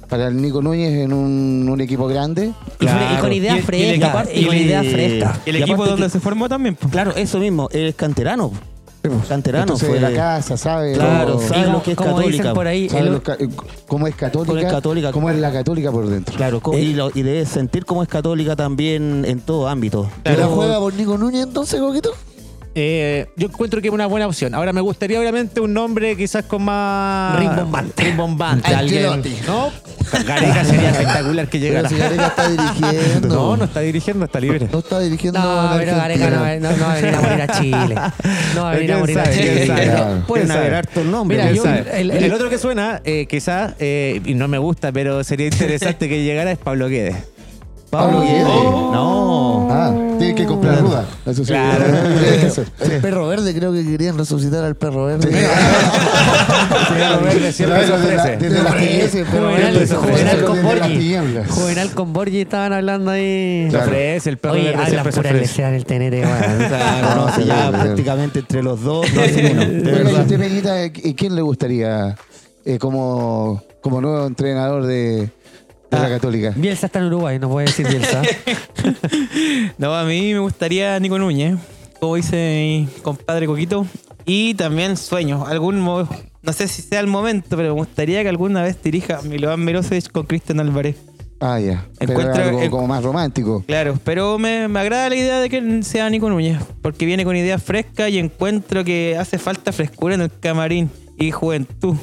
Speaker 2: para el Nico Núñez en un, un equipo grande.
Speaker 3: Y fre- Y
Speaker 1: Claro.
Speaker 3: con
Speaker 5: Y- y
Speaker 3: ideas
Speaker 5: el-
Speaker 3: frescas.
Speaker 5: y
Speaker 3: Y con
Speaker 5: el-
Speaker 3: ideas frescas.
Speaker 4: Y el
Speaker 5: Y
Speaker 4: equipo
Speaker 5: aparte
Speaker 4: donde
Speaker 5: que-
Speaker 4: se formó también. po.
Speaker 5: Claro, eso mismo, el canterano. Canterano
Speaker 2: Entonces,
Speaker 5: fue
Speaker 2: de la casa, ¿sabe?
Speaker 5: Claro,
Speaker 2: Cómo-
Speaker 3: Y
Speaker 5: sabe lo
Speaker 3: como-
Speaker 5: que es
Speaker 3: como
Speaker 5: católica,
Speaker 3: dicen por ahí,
Speaker 2: sabe
Speaker 3: el-
Speaker 2: los ca- eh, cómo es católica,
Speaker 5: Cómo es católica.
Speaker 2: cómo es la católica por dentro.
Speaker 5: Claro, co-
Speaker 3: Eh.
Speaker 5: y, lo, y debe sentir como es católica también en todo ámbito.
Speaker 6: ¿Te la juega por Nico Núñez entonces, Coquito?
Speaker 1: Eh, yo encuentro que es una buena opción. Ahora me gustaría obviamente un nombre quizás con más
Speaker 3: Rimbombante.
Speaker 1: Rimbombante,
Speaker 6: Ancelotti.
Speaker 1: alguien. No, Gareca sería espectacular que
Speaker 6: Pero
Speaker 1: llegara.
Speaker 6: si Gareca está dirigiendo.
Speaker 1: No, no está dirigiendo, está libre.
Speaker 6: No está dirigiendo. a
Speaker 3: No,
Speaker 6: la
Speaker 3: pero Gareca
Speaker 6: Argentina.
Speaker 3: no, va- no, no va a venir a morir a Chile. No va a venir a morir a
Speaker 1: ¿Quién
Speaker 3: Chile.
Speaker 1: sabe?
Speaker 2: Claro.
Speaker 1: ¿Quién
Speaker 5: Pueden
Speaker 1: sabe?
Speaker 5: haber hartos nombres.
Speaker 1: Mira, yo-
Speaker 5: ¿quién sabe?
Speaker 1: el, el otro que suena, eh, quizás, eh, y no me gusta, pero sería interesante que llegara es Pablo Guedes.
Speaker 2: Pablo Guedes.
Speaker 5: Oh. No.
Speaker 2: Ah, tiene que comprar ruda. Eso sí.
Speaker 1: Claro.
Speaker 2: Tiene que hacer.
Speaker 6: El perro verde, creo que querían resucitar al perro verde.
Speaker 1: Pablo Guedes siempre
Speaker 2: Pero
Speaker 1: se
Speaker 2: desde la-
Speaker 1: ofrece.
Speaker 2: desde las tinieblas, pero
Speaker 3: Juvenal,
Speaker 2: desde-
Speaker 3: Juvenal
Speaker 2: desde
Speaker 3: con
Speaker 2: las
Speaker 3: Borgi.
Speaker 2: tinieblas.
Speaker 3: Juvenal con Borgi estaban hablando ahí.
Speaker 1: Se ofrece, el perro
Speaker 3: Oye,
Speaker 1: verde
Speaker 3: hablan
Speaker 1: siempre se
Speaker 3: pura
Speaker 1: ofrece.
Speaker 3: lesea en el TNT, weón.
Speaker 2: Ah,
Speaker 5: Claro, no, si ya prácticamente entre los dos no hacen uno. De
Speaker 2: Oiga, ¿y
Speaker 5: verdad.
Speaker 2: usted, Peñita, eh, quién le gustaría eh, como, como nuevo entrenador de, de la Católica?
Speaker 3: Bielsa está en Uruguay, no puede decir Bielsa.
Speaker 4: No, a mí me gustaría Nico Núñez, como dice mi compadre Coquito. Y también sueños. Algún mo- no sé si sea el momento, pero me gustaría que alguna vez dirija Milovan Milosevic con Cristian Álvarez.
Speaker 2: Ah, ya. Pero
Speaker 4: Encuentra-
Speaker 2: algo
Speaker 4: en-
Speaker 2: como más romántico.
Speaker 4: Claro, pero me, me agrada la idea de que sea Nico Núñez, porque viene con ideas frescas y encuentro que hace falta frescura en el camarín y juventud.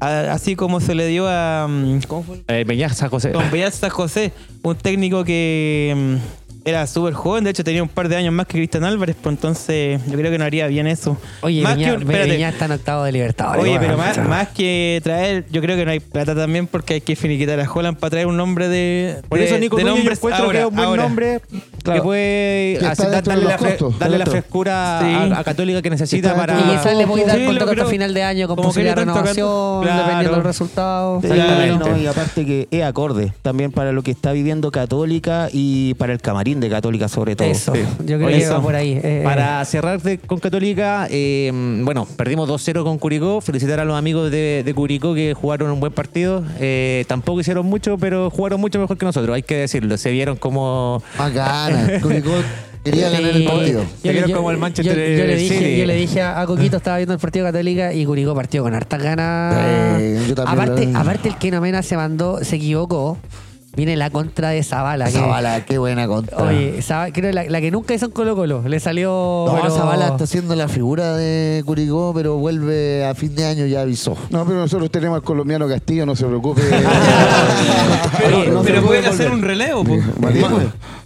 Speaker 4: A- así como se le dio a. mm, ¿Cómo fue?
Speaker 1: Eh, Peñaza, José.
Speaker 4: Con Piazza José, un técnico que mm, era súper joven, de hecho tenía un par de años más que Cristian Álvarez, pues entonces yo creo que no haría bien eso.
Speaker 3: Oye,
Speaker 4: más
Speaker 3: Viña,
Speaker 4: que un- espérate,
Speaker 3: Viña está en octavo de Libertadores.
Speaker 4: Oye,
Speaker 3: weón.
Speaker 4: pero más,
Speaker 3: O sea,
Speaker 4: más que traer, yo creo que no hay plata también porque hay que finiquitar a Holland para traer un nombre de.
Speaker 1: Por
Speaker 4: de-
Speaker 1: eso Nico
Speaker 4: de
Speaker 1: Núñez yo
Speaker 4: nombres
Speaker 1: encuentro
Speaker 4: ahora,
Speaker 1: que es un buen
Speaker 4: ahora.
Speaker 1: nombre que
Speaker 4: Claro.
Speaker 1: puede
Speaker 2: Que está
Speaker 1: hacer-
Speaker 2: dentro de
Speaker 1: darle, la,
Speaker 2: los
Speaker 1: fre-
Speaker 2: costos,
Speaker 1: darle la
Speaker 2: correcto.
Speaker 1: frescura
Speaker 4: Sí.
Speaker 1: a, a Católica que necesita
Speaker 2: Está
Speaker 1: para...
Speaker 2: dentro
Speaker 3: Y
Speaker 2: de
Speaker 3: quizás le voy a
Speaker 4: Sí,
Speaker 3: dar
Speaker 4: lo
Speaker 3: contrato a
Speaker 4: creo.
Speaker 3: final de año con
Speaker 4: Como que
Speaker 3: posibilidad de
Speaker 4: le tanto acá-
Speaker 3: renovación,
Speaker 1: Claro.
Speaker 3: dependiendo del resultado.
Speaker 5: Sí,
Speaker 1: Exactamente.
Speaker 5: no, y aparte que es acorde también para lo que está viviendo Católica y para el camarín de Católica sobre todo.
Speaker 3: Eso,
Speaker 5: Sí.
Speaker 3: yo creo
Speaker 1: Oye,
Speaker 3: que va por ahí. eh,
Speaker 1: Para cerrar de- con Católica, eh, bueno, perdimos 2-0 con Curicó. Felicitar a los amigos de, de Curicó que jugaron un buen partido. Eh, tampoco hicieron mucho, pero jugaron mucho mejor que nosotros, hay que decirlo. Se vieron como...
Speaker 6: Más ganas. Ah, Curicó quería
Speaker 3: Sí.
Speaker 6: ganar el partido.
Speaker 1: Te vieron como el Manchester
Speaker 3: yo- yo le dije,
Speaker 1: City.
Speaker 3: Yo le dije a a Coquito, estaba viendo el partido Católica y Curicó partió con hartas ganas.
Speaker 6: Sí, yo también
Speaker 3: aparte,
Speaker 6: lo vi.
Speaker 3: aparte el que Nomena se mandó, se equivocó. Viene la contra de Zavala. que-
Speaker 6: Zavala, qué buena contra.
Speaker 3: Oye, Zavala- creo la, la que nunca hizo en Colo Colo. Le salió.
Speaker 6: No,
Speaker 3: pero-
Speaker 6: Zavala está siendo la figura de Curicó, pero vuelve a fin de año ya avisó.
Speaker 2: No, pero nosotros tenemos al colombiano Castillo, no se preocupe.
Speaker 4: Pero,
Speaker 2: No, no se puede
Speaker 4: pero pueden hacer
Speaker 2: volver.
Speaker 4: un relevo, pues.
Speaker 2: Valiente.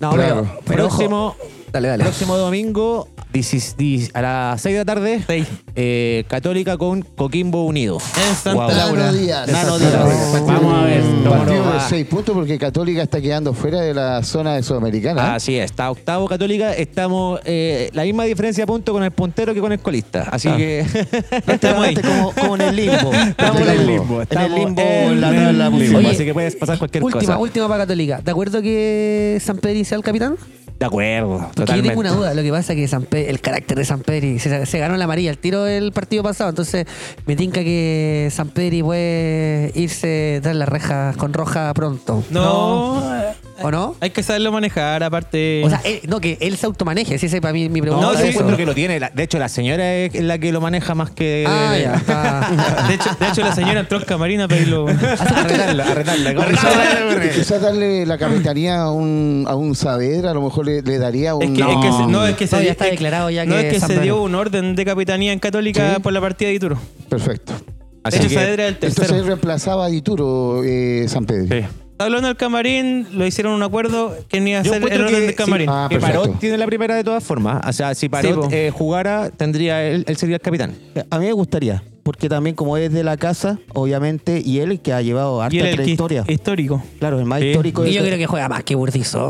Speaker 3: No,
Speaker 2: Claro.
Speaker 3: pero, pero ojo.
Speaker 1: próximo,
Speaker 3: Dale, dale.
Speaker 1: próximo domingo 16 di- a las 6 de la tarde,
Speaker 4: Seis.
Speaker 1: eh, Católica con Coquimbo Unido.
Speaker 4: En Santa
Speaker 1: Wow.
Speaker 4: Laura.
Speaker 6: Nano Díaz.
Speaker 1: Nano
Speaker 6: Exacto.
Speaker 1: Díaz.
Speaker 6: Partido-
Speaker 1: Vamos a ver,
Speaker 2: Un
Speaker 1: cómo nos
Speaker 2: partido de
Speaker 1: va.
Speaker 2: seis puntos porque Católica está quedando fuera de la zona de Sudamericana.
Speaker 1: Así es, está octavo Católica, estamos eh, la misma diferencia de punto con el puntero que con el colista. Así que
Speaker 4: Estamos ahí.
Speaker 5: Como, como en el limbo.
Speaker 1: estamos en el limbo.
Speaker 5: En el
Speaker 1: estamos
Speaker 5: limbo,
Speaker 1: en
Speaker 5: en la
Speaker 1: el
Speaker 5: tabla
Speaker 1: limbo,
Speaker 5: posible.
Speaker 1: Así que puedes pasar cualquier
Speaker 3: última,
Speaker 1: cosa.
Speaker 3: última para Católica. ¿De acuerdo que San Pedro sea el capitán?
Speaker 1: De acuerdo,
Speaker 3: Porque yo
Speaker 1: totalmente.
Speaker 3: tengo una duda, lo que pasa es que San Pe- el carácter de San Pedri se, se ganó la amarilla al tiro del partido pasado, entonces me tinca que San Pedri puede irse tras las rejas con roja pronto.
Speaker 4: No,
Speaker 3: ¿O no?
Speaker 4: hay que saberlo manejar, aparte.
Speaker 3: O sea, él- no, que él se automaneje, si ese para mí mi pregunta.
Speaker 1: No,
Speaker 4: No,
Speaker 1: yo
Speaker 4: sí.
Speaker 1: encuentro que lo tiene. La- De hecho, la señora es la que lo maneja más que.
Speaker 3: Ah, ya. está.
Speaker 4: de, hecho, de hecho, la señora entró en camarina a pedirlo.
Speaker 1: a retarla, a retarla. ¿Cómo se llama?
Speaker 2: Quizás darle la capitanía a un, a un Saavedra, a lo mejor le, le daría un.
Speaker 4: Es que, es que se- no, es que se
Speaker 3: No, ya
Speaker 4: dio-
Speaker 3: está
Speaker 4: es-
Speaker 3: declarado ya
Speaker 4: no,
Speaker 3: que
Speaker 4: es que
Speaker 3: San
Speaker 4: se dio
Speaker 3: Pedro.
Speaker 4: un orden de capitanía en Católica
Speaker 2: Sí.
Speaker 4: por la partida de Ituro.
Speaker 2: Perfecto.
Speaker 1: Así
Speaker 4: de hecho,
Speaker 1: que-
Speaker 4: Saavedra es el tercero.
Speaker 2: Entonces él reemplazaba a Dituro eh, San Pedro.
Speaker 1: Sí.
Speaker 4: Hablando del camarín, lo hicieron un acuerdo que ni
Speaker 1: Yo
Speaker 4: hacer el
Speaker 1: encuentro
Speaker 4: orden
Speaker 1: que,
Speaker 4: del camarín.
Speaker 1: sí,
Speaker 2: Ah,
Speaker 1: que
Speaker 2: perfecto.
Speaker 1: Parot tiene la primera de todas formas. O sea, si Parot
Speaker 4: po.
Speaker 1: eh, jugara, tendría él, él sería el capitán.
Speaker 5: A mí me gustaría, porque también como es de la casa, obviamente, y él que ha llevado harta
Speaker 4: y él el que-
Speaker 5: trayectoria.
Speaker 4: histórico.
Speaker 5: Claro, el más
Speaker 1: Sí.
Speaker 5: histórico.
Speaker 3: Y yo
Speaker 5: de-
Speaker 3: creo que juega más que Burdizo.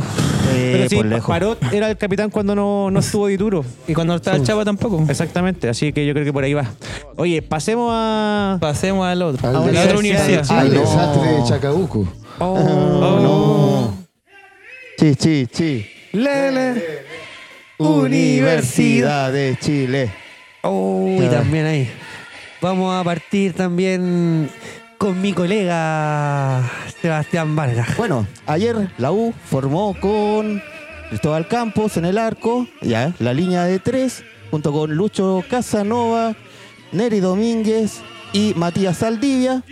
Speaker 5: eh,
Speaker 1: Pero sí,
Speaker 5: por lejos.
Speaker 1: Parot era el capitán cuando no, no estuvo Dituro.
Speaker 4: pues, Y cuando no estaba el Chapa tampoco.
Speaker 1: Exactamente, así que yo creo que por ahí va. Oye, pasemos a.
Speaker 4: Pasemos al otro.
Speaker 2: Al
Speaker 4: a Ah, la
Speaker 2: desastre
Speaker 4: otra
Speaker 2: de
Speaker 4: universidad.
Speaker 2: Chile,
Speaker 5: Ah,
Speaker 2: al
Speaker 5: no.
Speaker 2: desastre de Chacabuco.
Speaker 3: Ah,
Speaker 4: Oh,
Speaker 5: Sí, sí, sí.
Speaker 1: Lele.
Speaker 5: Universidad de Chile.
Speaker 3: Uy, también ahí. Vamos a partir también con mi colega Sebastián Vargas.
Speaker 5: Bueno, ayer la U formó con Cristóbal Campos en el arco, ya, la línea de tres, junto con Lucho Casanova, Neri Domínguez y Matías Saldivia.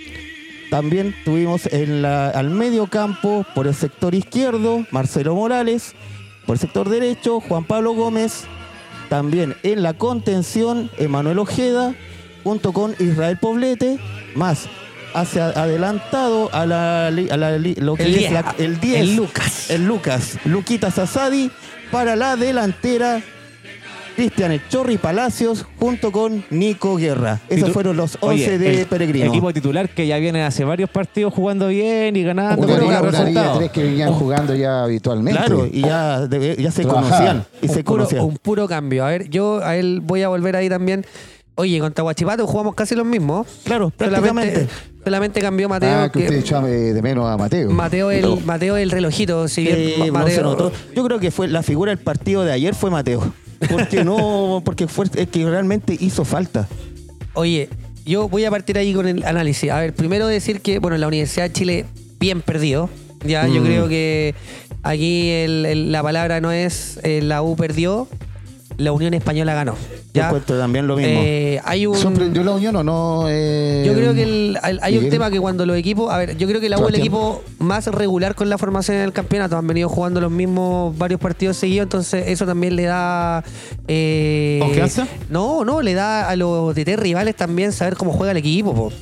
Speaker 5: También tuvimos en la- al medio campo, por el sector izquierdo, Marcelo Morales, por el sector derecho, Juan Pablo Gómez, también en la contención, Emanuel Ojeda, junto con Israel Poblete, más hacia adelantado a la, li- a la li- lo que
Speaker 3: El
Speaker 5: es
Speaker 3: 10,
Speaker 5: la- el 10,
Speaker 3: el Lucas.
Speaker 5: el Lucas, Luquita Sasadi, para la delantera, Cristian Chorri Palacios, junto con Nico Guerra. Esos
Speaker 1: Titu-
Speaker 5: fueron los 11
Speaker 1: Oye,
Speaker 5: de
Speaker 1: el
Speaker 5: Peregrino.
Speaker 1: Equipo titular que ya viene hace varios partidos jugando bien y ganando.
Speaker 2: Una
Speaker 1: pero
Speaker 2: liga,
Speaker 1: no
Speaker 2: una liga
Speaker 1: resultados.
Speaker 2: tres que venían jugando ya habitualmente. Ah,
Speaker 5: Claro, y ya, de- ya se
Speaker 2: Trabajaba.
Speaker 5: conocían. Y
Speaker 3: un
Speaker 5: se
Speaker 3: puro,
Speaker 5: conocían.
Speaker 3: un puro cambio. A ver, yo a él voy a volver ahí también. Oye, contra Guachipato jugamos casi los mismos.
Speaker 5: Claro,
Speaker 3: Solamente,
Speaker 5: prácticamente.
Speaker 3: solamente cambió Mateo.
Speaker 2: Ah, que
Speaker 3: que-
Speaker 2: usted echaba de menos a Mateo.
Speaker 3: Mateo el, Mateo el relojito, si bien
Speaker 5: Eh,
Speaker 3: Ma-
Speaker 5: no se
Speaker 3: Mateo.
Speaker 5: notó. Yo creo que fue la figura del partido de ayer fue Mateo. Porque no, porque fue es que realmente hizo falta.
Speaker 3: Oye, yo voy a partir ahí con el análisis. A ver, primero decir que, bueno, la Universidad de Chile, bien perdido. Ya,
Speaker 5: Mm.
Speaker 3: yo creo que aquí el- el- la palabra no es eh, la U perdió, la Unión Española ganó.
Speaker 5: Yo
Speaker 3: ¿ya?
Speaker 5: encuentro también lo mismo.
Speaker 3: Eh, hay un.
Speaker 2: ¿Sorprendió la unión o no? eh,
Speaker 3: Yo creo que el- el- hay un
Speaker 2: Miguel?
Speaker 3: tema que cuando los equipos. A ver, yo creo que la U es el
Speaker 2: Sebastián.
Speaker 3: equipo más regular con la formación en el campeonato. Han venido jugando los mismos varios partidos seguidos, entonces eso también le da. eh,
Speaker 1: ¿Confianza?
Speaker 3: No, no, le da a los DT rivales también saber cómo juega el equipo, po.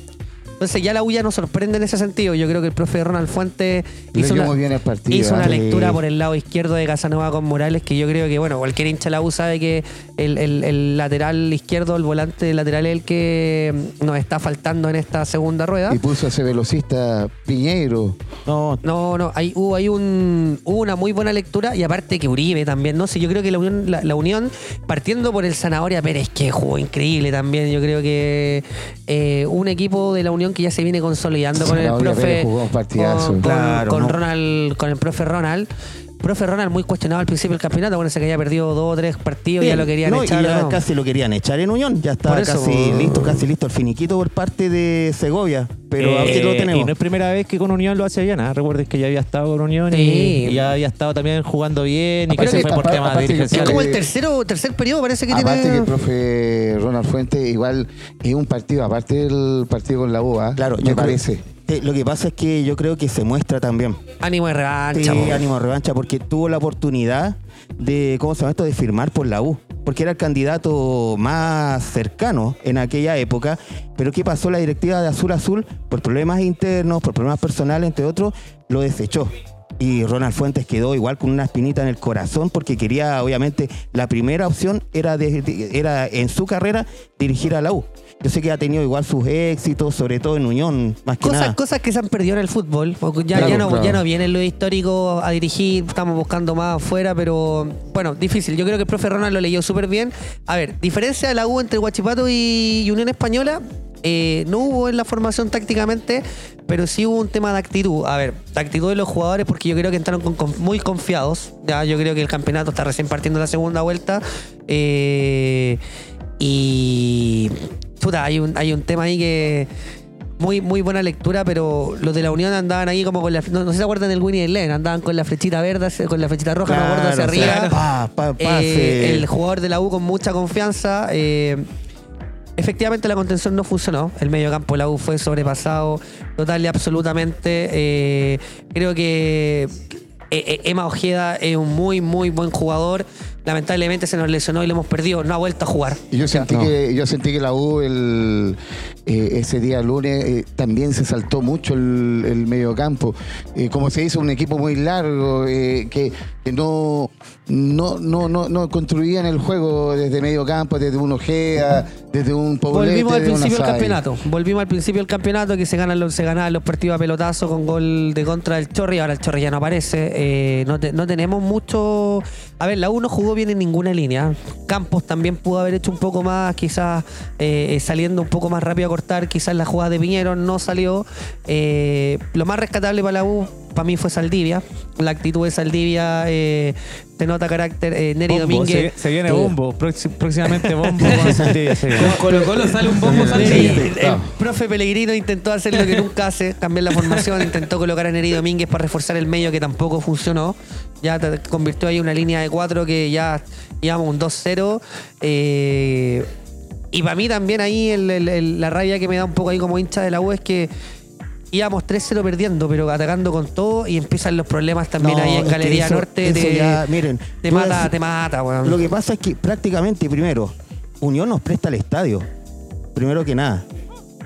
Speaker 3: Entonces ya la U ya nos sorprende en ese sentido. Yo creo que el profe Ronald Fuentes
Speaker 2: Leyó
Speaker 3: hizo una,
Speaker 2: muy bien el partido,
Speaker 3: hizo una
Speaker 2: ¿eh?
Speaker 3: lectura
Speaker 2: Sí.
Speaker 3: por el lado izquierdo de Casanova con Morales que yo creo que, bueno, cualquier hincha de la U sabe que el, el- el lateral izquierdo, el volante lateral es el que mm, nos está faltando en esta segunda rueda.
Speaker 2: Y puso a ese velocista Piñeiro.
Speaker 5: No,
Speaker 3: No, no, hay, hubo, hay un, hubo una muy buena lectura y aparte que Uribe también, no sé, yo creo que la Unión, la, la unión partiendo por el Zanahoria Pérez, que jugó increíble también, yo creo que eh, un equipo de la Unión que ya se viene consolidando con el
Speaker 2: Zanahoria
Speaker 3: profe
Speaker 2: Pérez jugó un partidazo.
Speaker 3: con, con-
Speaker 5: Claro,
Speaker 3: con
Speaker 5: no.
Speaker 3: Ronald, con el profe Ronald. Profe Ronald muy cuestionado al principio del campeonato, bueno, se que había perdido dos o tres partidos, ya lo querían
Speaker 5: No, y
Speaker 3: echar.
Speaker 5: ya
Speaker 3: ¿no?
Speaker 5: casi lo querían echar en Unión. Ya
Speaker 3: Por
Speaker 5: estaba
Speaker 3: eso,
Speaker 5: casi
Speaker 3: po.
Speaker 5: listo, casi listo el finiquito por parte de Segovia. Pero
Speaker 1: Eh,
Speaker 5: aquí lo
Speaker 1: Y
Speaker 5: tenemos.
Speaker 1: no es primera vez que con Unión lo hace bien. ¿ah? Recuerden que ya había estado con Unión y-
Speaker 3: Sí.
Speaker 1: y, ya había estado también jugando bien. Y que
Speaker 2: Aparte
Speaker 1: se
Speaker 2: que-
Speaker 1: fue por
Speaker 2: apa-
Speaker 1: temas
Speaker 2: aparte que-
Speaker 3: Es
Speaker 1: dirigenciales.
Speaker 3: como el tercero, tercer periodo parece que
Speaker 2: Aparte que
Speaker 3: tiene...
Speaker 2: el profe Ronald Fuentes igual es un partido, aparte del partido con la UA,
Speaker 5: claro, yo
Speaker 2: me
Speaker 5: creo-
Speaker 2: parece.
Speaker 5: Sí, Lo que pasa es que yo creo que se muestra también.
Speaker 3: Ánimo de
Speaker 5: Sí,
Speaker 3: revancha. po.
Speaker 5: ánimo de revancha, porque tuvo la oportunidad de, ¿cómo se llama esto?, de firmar por la U, porque era el candidato más cercano en aquella época, pero ¿qué pasó? La directiva de Azul Azul, por problemas internos, por problemas personales, entre otros, lo desechó. Y Ronald Fuentes quedó igual con una espinita en el corazón porque quería, obviamente, la primera opción era, de- de- era en su carrera dirigir a la U. Yo sé que ha tenido igual sus éxitos, sobre todo en Unión, más que
Speaker 3: Cosas,
Speaker 5: nada.
Speaker 3: cosas que se han perdido en el fútbol. porque Ya,
Speaker 2: Claro,
Speaker 3: ya, no,
Speaker 2: claro.
Speaker 3: ya no vienen los históricos a dirigir, estamos buscando más afuera, pero bueno, difícil. Yo creo que el profe Ronald lo leyó súper bien. A ver, diferencia de la U entre Guachipato y Unión Española, eh, no hubo en la formación tácticamente, pero sí hubo un tema de actitud. A ver, de actitud de los jugadores, porque yo creo que entraron con- con- muy confiados. Ya, yo creo que el campeonato está recién partiendo la segunda vuelta. Eh, y. Puta, hay un, hay un tema ahí que. Muy, muy buena lectura, pero los de la Unión andaban ahí como con la. No, no sé si se acuerdan del Winnie Len, andaban con la flechita verde, hacia- con la flechita roja, no me acuerdo, hacia
Speaker 5: Claro, Ah,
Speaker 3: arriba.
Speaker 5: o sea, pa, pa,
Speaker 3: Eh,
Speaker 5: pase.
Speaker 3: el jugador de la U con mucha confianza. eh, efectivamente la contención no funcionó. El mediocampo de la U fue sobrepasado total y absolutamente. Eh, creo que eh, eh, Emma Ojeda es un muy, muy buen jugador. Lamentablemente se nos lesionó y lo hemos perdido. No ha vuelto a jugar.
Speaker 2: Y Yo sentí,
Speaker 6: no.
Speaker 2: que, yo sentí que la U el, eh, ese día lunes eh, también se saltó mucho el, el mediocampo. Eh, como se hizo un equipo muy largo, eh, que, que no, no, no, no, no construían el juego desde mediocampo, desde un Ojea, desde un Poblete,
Speaker 3: Volvimos al
Speaker 2: desde un
Speaker 3: principio del
Speaker 2: Asai.
Speaker 3: campeonato. Volvimos al principio del campeonato que se ganan los, se ganaban los partidos a pelotazo con gol de contra del Chorri. Ahora el Chorri ya no aparece. Eh, no, te- no tenemos mucho. A ver, la U no jugó bien en ninguna línea. Campos también pudo haber hecho un poco más, quizás eh, eh, saliendo un poco más rápido a cortar. Quizás la jugada de Piñero no salió. Eh, lo más rescatable para la U. Para mí fue Saldivia. La actitud de Saldivia eh, denota carácter. Eh, Neri
Speaker 1: Bombo,
Speaker 3: Domínguez.
Speaker 1: se, se viene
Speaker 3: eh,
Speaker 1: Bombo, próxi- próximamente Bombo con Saldivia, se viene.
Speaker 4: Con Colo Colo sale un bombo
Speaker 3: Sí,
Speaker 4: saldivia.
Speaker 3: el, el profe Pellegrino intentó hacer lo que nunca hace, cambiar la formación, intentó colocar a Neri Domínguez para reforzar el medio que tampoco funcionó. Ya te- convirtió ahí una línea de cuatro que ya llevamos un 2-0. Eh, y para mí también ahí el- el- el- la rabia que me da un poco ahí como hincha de la U es que íbamos 3-0 perdiendo, pero atacando con todo y empiezan los problemas también
Speaker 5: No,
Speaker 3: ahí
Speaker 5: es
Speaker 3: en
Speaker 5: que
Speaker 3: Galería
Speaker 5: eso-
Speaker 3: Norte.
Speaker 5: eso
Speaker 3: Te,
Speaker 5: ya, miren,
Speaker 3: te
Speaker 5: yo voy a
Speaker 3: mata,
Speaker 5: decir-
Speaker 3: te mata, weón.
Speaker 5: Lo que pasa es que prácticamente, primero, Unión nos presta el estadio. Primero que nada.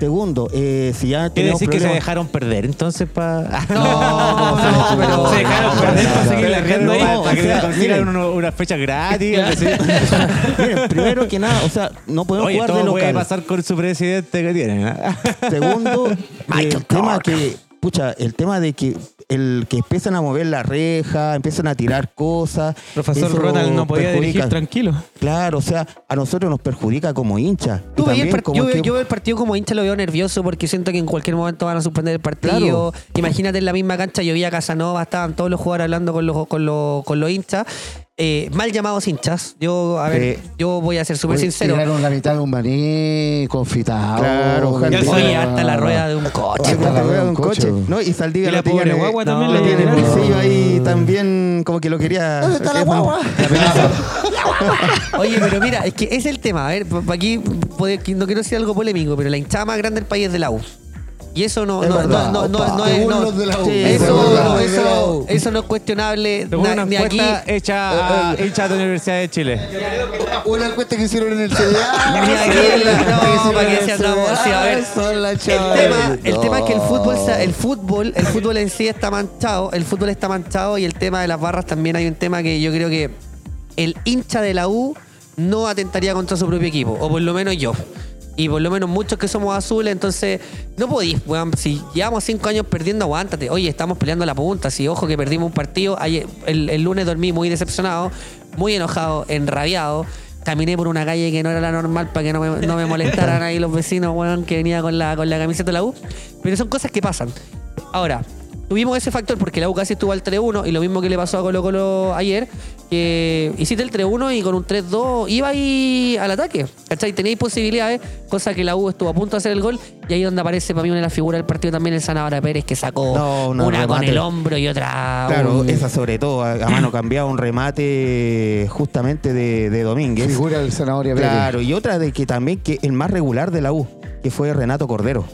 Speaker 5: Segundo, eh, si ya
Speaker 1: Quiere
Speaker 5: tenemos
Speaker 1: decir que se
Speaker 5: problemas-
Speaker 1: dejaron perder, entonces para.
Speaker 3: No, no, pero-
Speaker 4: Se dejaron perder para seguir la rienda ahí.
Speaker 5: No,
Speaker 1: Para que
Speaker 5: o sea,
Speaker 1: le consigan
Speaker 5: miren.
Speaker 1: uno- una fecha gratis. así.
Speaker 5: Miren, primero que nada, o sea, no podemos
Speaker 1: Oye,
Speaker 5: jugar
Speaker 1: todo
Speaker 5: de
Speaker 1: puede
Speaker 5: local.
Speaker 1: pasar con su presidente que tienen. ¿ah?
Speaker 5: Segundo, eh,
Speaker 3: Michael
Speaker 5: el tema
Speaker 3: Clark.
Speaker 5: que, pucha, el tema de que el que empiezan a mover la reja, empiezan a tirar cosas.
Speaker 4: Profesor
Speaker 5: eso
Speaker 4: Ronald no podía dirigir
Speaker 5: perjudica.
Speaker 4: tranquilo.
Speaker 5: Claro, o sea, a nosotros nos perjudica como hincha. Y
Speaker 3: Yo, veía el
Speaker 5: también
Speaker 3: par-
Speaker 5: como
Speaker 3: yo, veo-
Speaker 5: que-
Speaker 3: yo veo el partido como hincha, lo veo nervioso porque siento que en cualquier momento van a suspender el partido.
Speaker 5: Claro.
Speaker 3: Imagínate en la misma cancha, yo vi a Casanova, estaban todos los jugadores hablando con los, con los, con los hinchas. Eh, mal llamados hinchas. Yo, a ver,
Speaker 5: Eh,
Speaker 3: yo voy a ser súper
Speaker 2: Oye,
Speaker 3: sincero.
Speaker 2: Tiraron la mitad de un maní confitado.
Speaker 5: Claro,
Speaker 2: vendido.
Speaker 5: gente.
Speaker 3: Oye, hasta la rueda de un
Speaker 5: Oye,
Speaker 3: coche.
Speaker 2: Oye,
Speaker 5: puta,
Speaker 2: la
Speaker 5: weón,
Speaker 2: rueda de
Speaker 5: un coche. No, y Saldivia
Speaker 4: Y la
Speaker 5: lo tiene,
Speaker 4: pobre
Speaker 5: eh,
Speaker 4: guagua
Speaker 5: no,
Speaker 4: también
Speaker 5: lo
Speaker 4: la
Speaker 5: tiene en el
Speaker 4: tiene.
Speaker 5: bolsillo ahí también, como que lo quería.
Speaker 6: ¿Dónde está la
Speaker 5: Eso.
Speaker 6: guagua?
Speaker 5: La pelota.
Speaker 3: Oye, pero mira, es que es el tema. A ver, pa- pa- aquí puede- no quiero decir algo polémico, pero la hinchada más grande del país es de la U. Y eso no,
Speaker 2: Es
Speaker 3: no,
Speaker 2: verdad,
Speaker 3: no, no, no,
Speaker 2: opa.
Speaker 3: no es.
Speaker 2: Según
Speaker 3: no-
Speaker 2: los de la U.
Speaker 3: Sí,
Speaker 2: Según
Speaker 3: eso,
Speaker 2: los de la U.
Speaker 3: eso, eso no es cuestionable
Speaker 1: Según
Speaker 3: na-
Speaker 1: una
Speaker 3: ni aquí Oh,
Speaker 1: encuesta hecha a hinchas de la Universidad de Chile.
Speaker 6: Una encuesta que hicieron en el CDA.
Speaker 3: Mira, aquí en la- no, para que sea tan- sí, a ver.
Speaker 6: Ah,
Speaker 3: El tema, el tema es que el fútbol, se- el fútbol, el fútbol en sí está manchado, el fútbol está manchado y el tema de las barras también hay un tema que yo creo que el hincha de la U no atentaría contra su propio equipo, o por lo menos yo. Y por lo menos muchos que somos azules, entonces no podís, weón. Si llevamos cinco años perdiendo, aguántate. Oye, estamos peleando la punta. Si ojo que perdimos un partido, ayer, el, el lunes dormí muy decepcionado, muy enojado, enrabiado. Caminé por una calle que no era la normal para que no me, no me molestaran ahí los vecinos, weón, que venía con la, con la camiseta de la U. Pero son cosas que pasan. Ahora, tuvimos ese factor porque la U casi estuvo al 3-1 y lo mismo que le pasó a Colo Colo ayer, que hiciste el 3-1 y con un 3-2 iba ahí al ataque, ¿cachai? Teníais posibilidades, cosa que la U estuvo a punto de hacer el gol y ahí es donde aparece para mí una de las figuras del partido también el Sanabara Pérez que sacó
Speaker 5: No,
Speaker 3: una,
Speaker 5: una
Speaker 3: con
Speaker 5: remate.
Speaker 3: el hombro y otra...
Speaker 5: Claro,
Speaker 3: un-
Speaker 5: esa sobre todo, a, a mano cambiada, un remate justamente de, de Domínguez.
Speaker 2: Figura del zanahoria Pérez.
Speaker 5: Claro, y otra de que también que el más regular de la U, que fue Renato Cordero,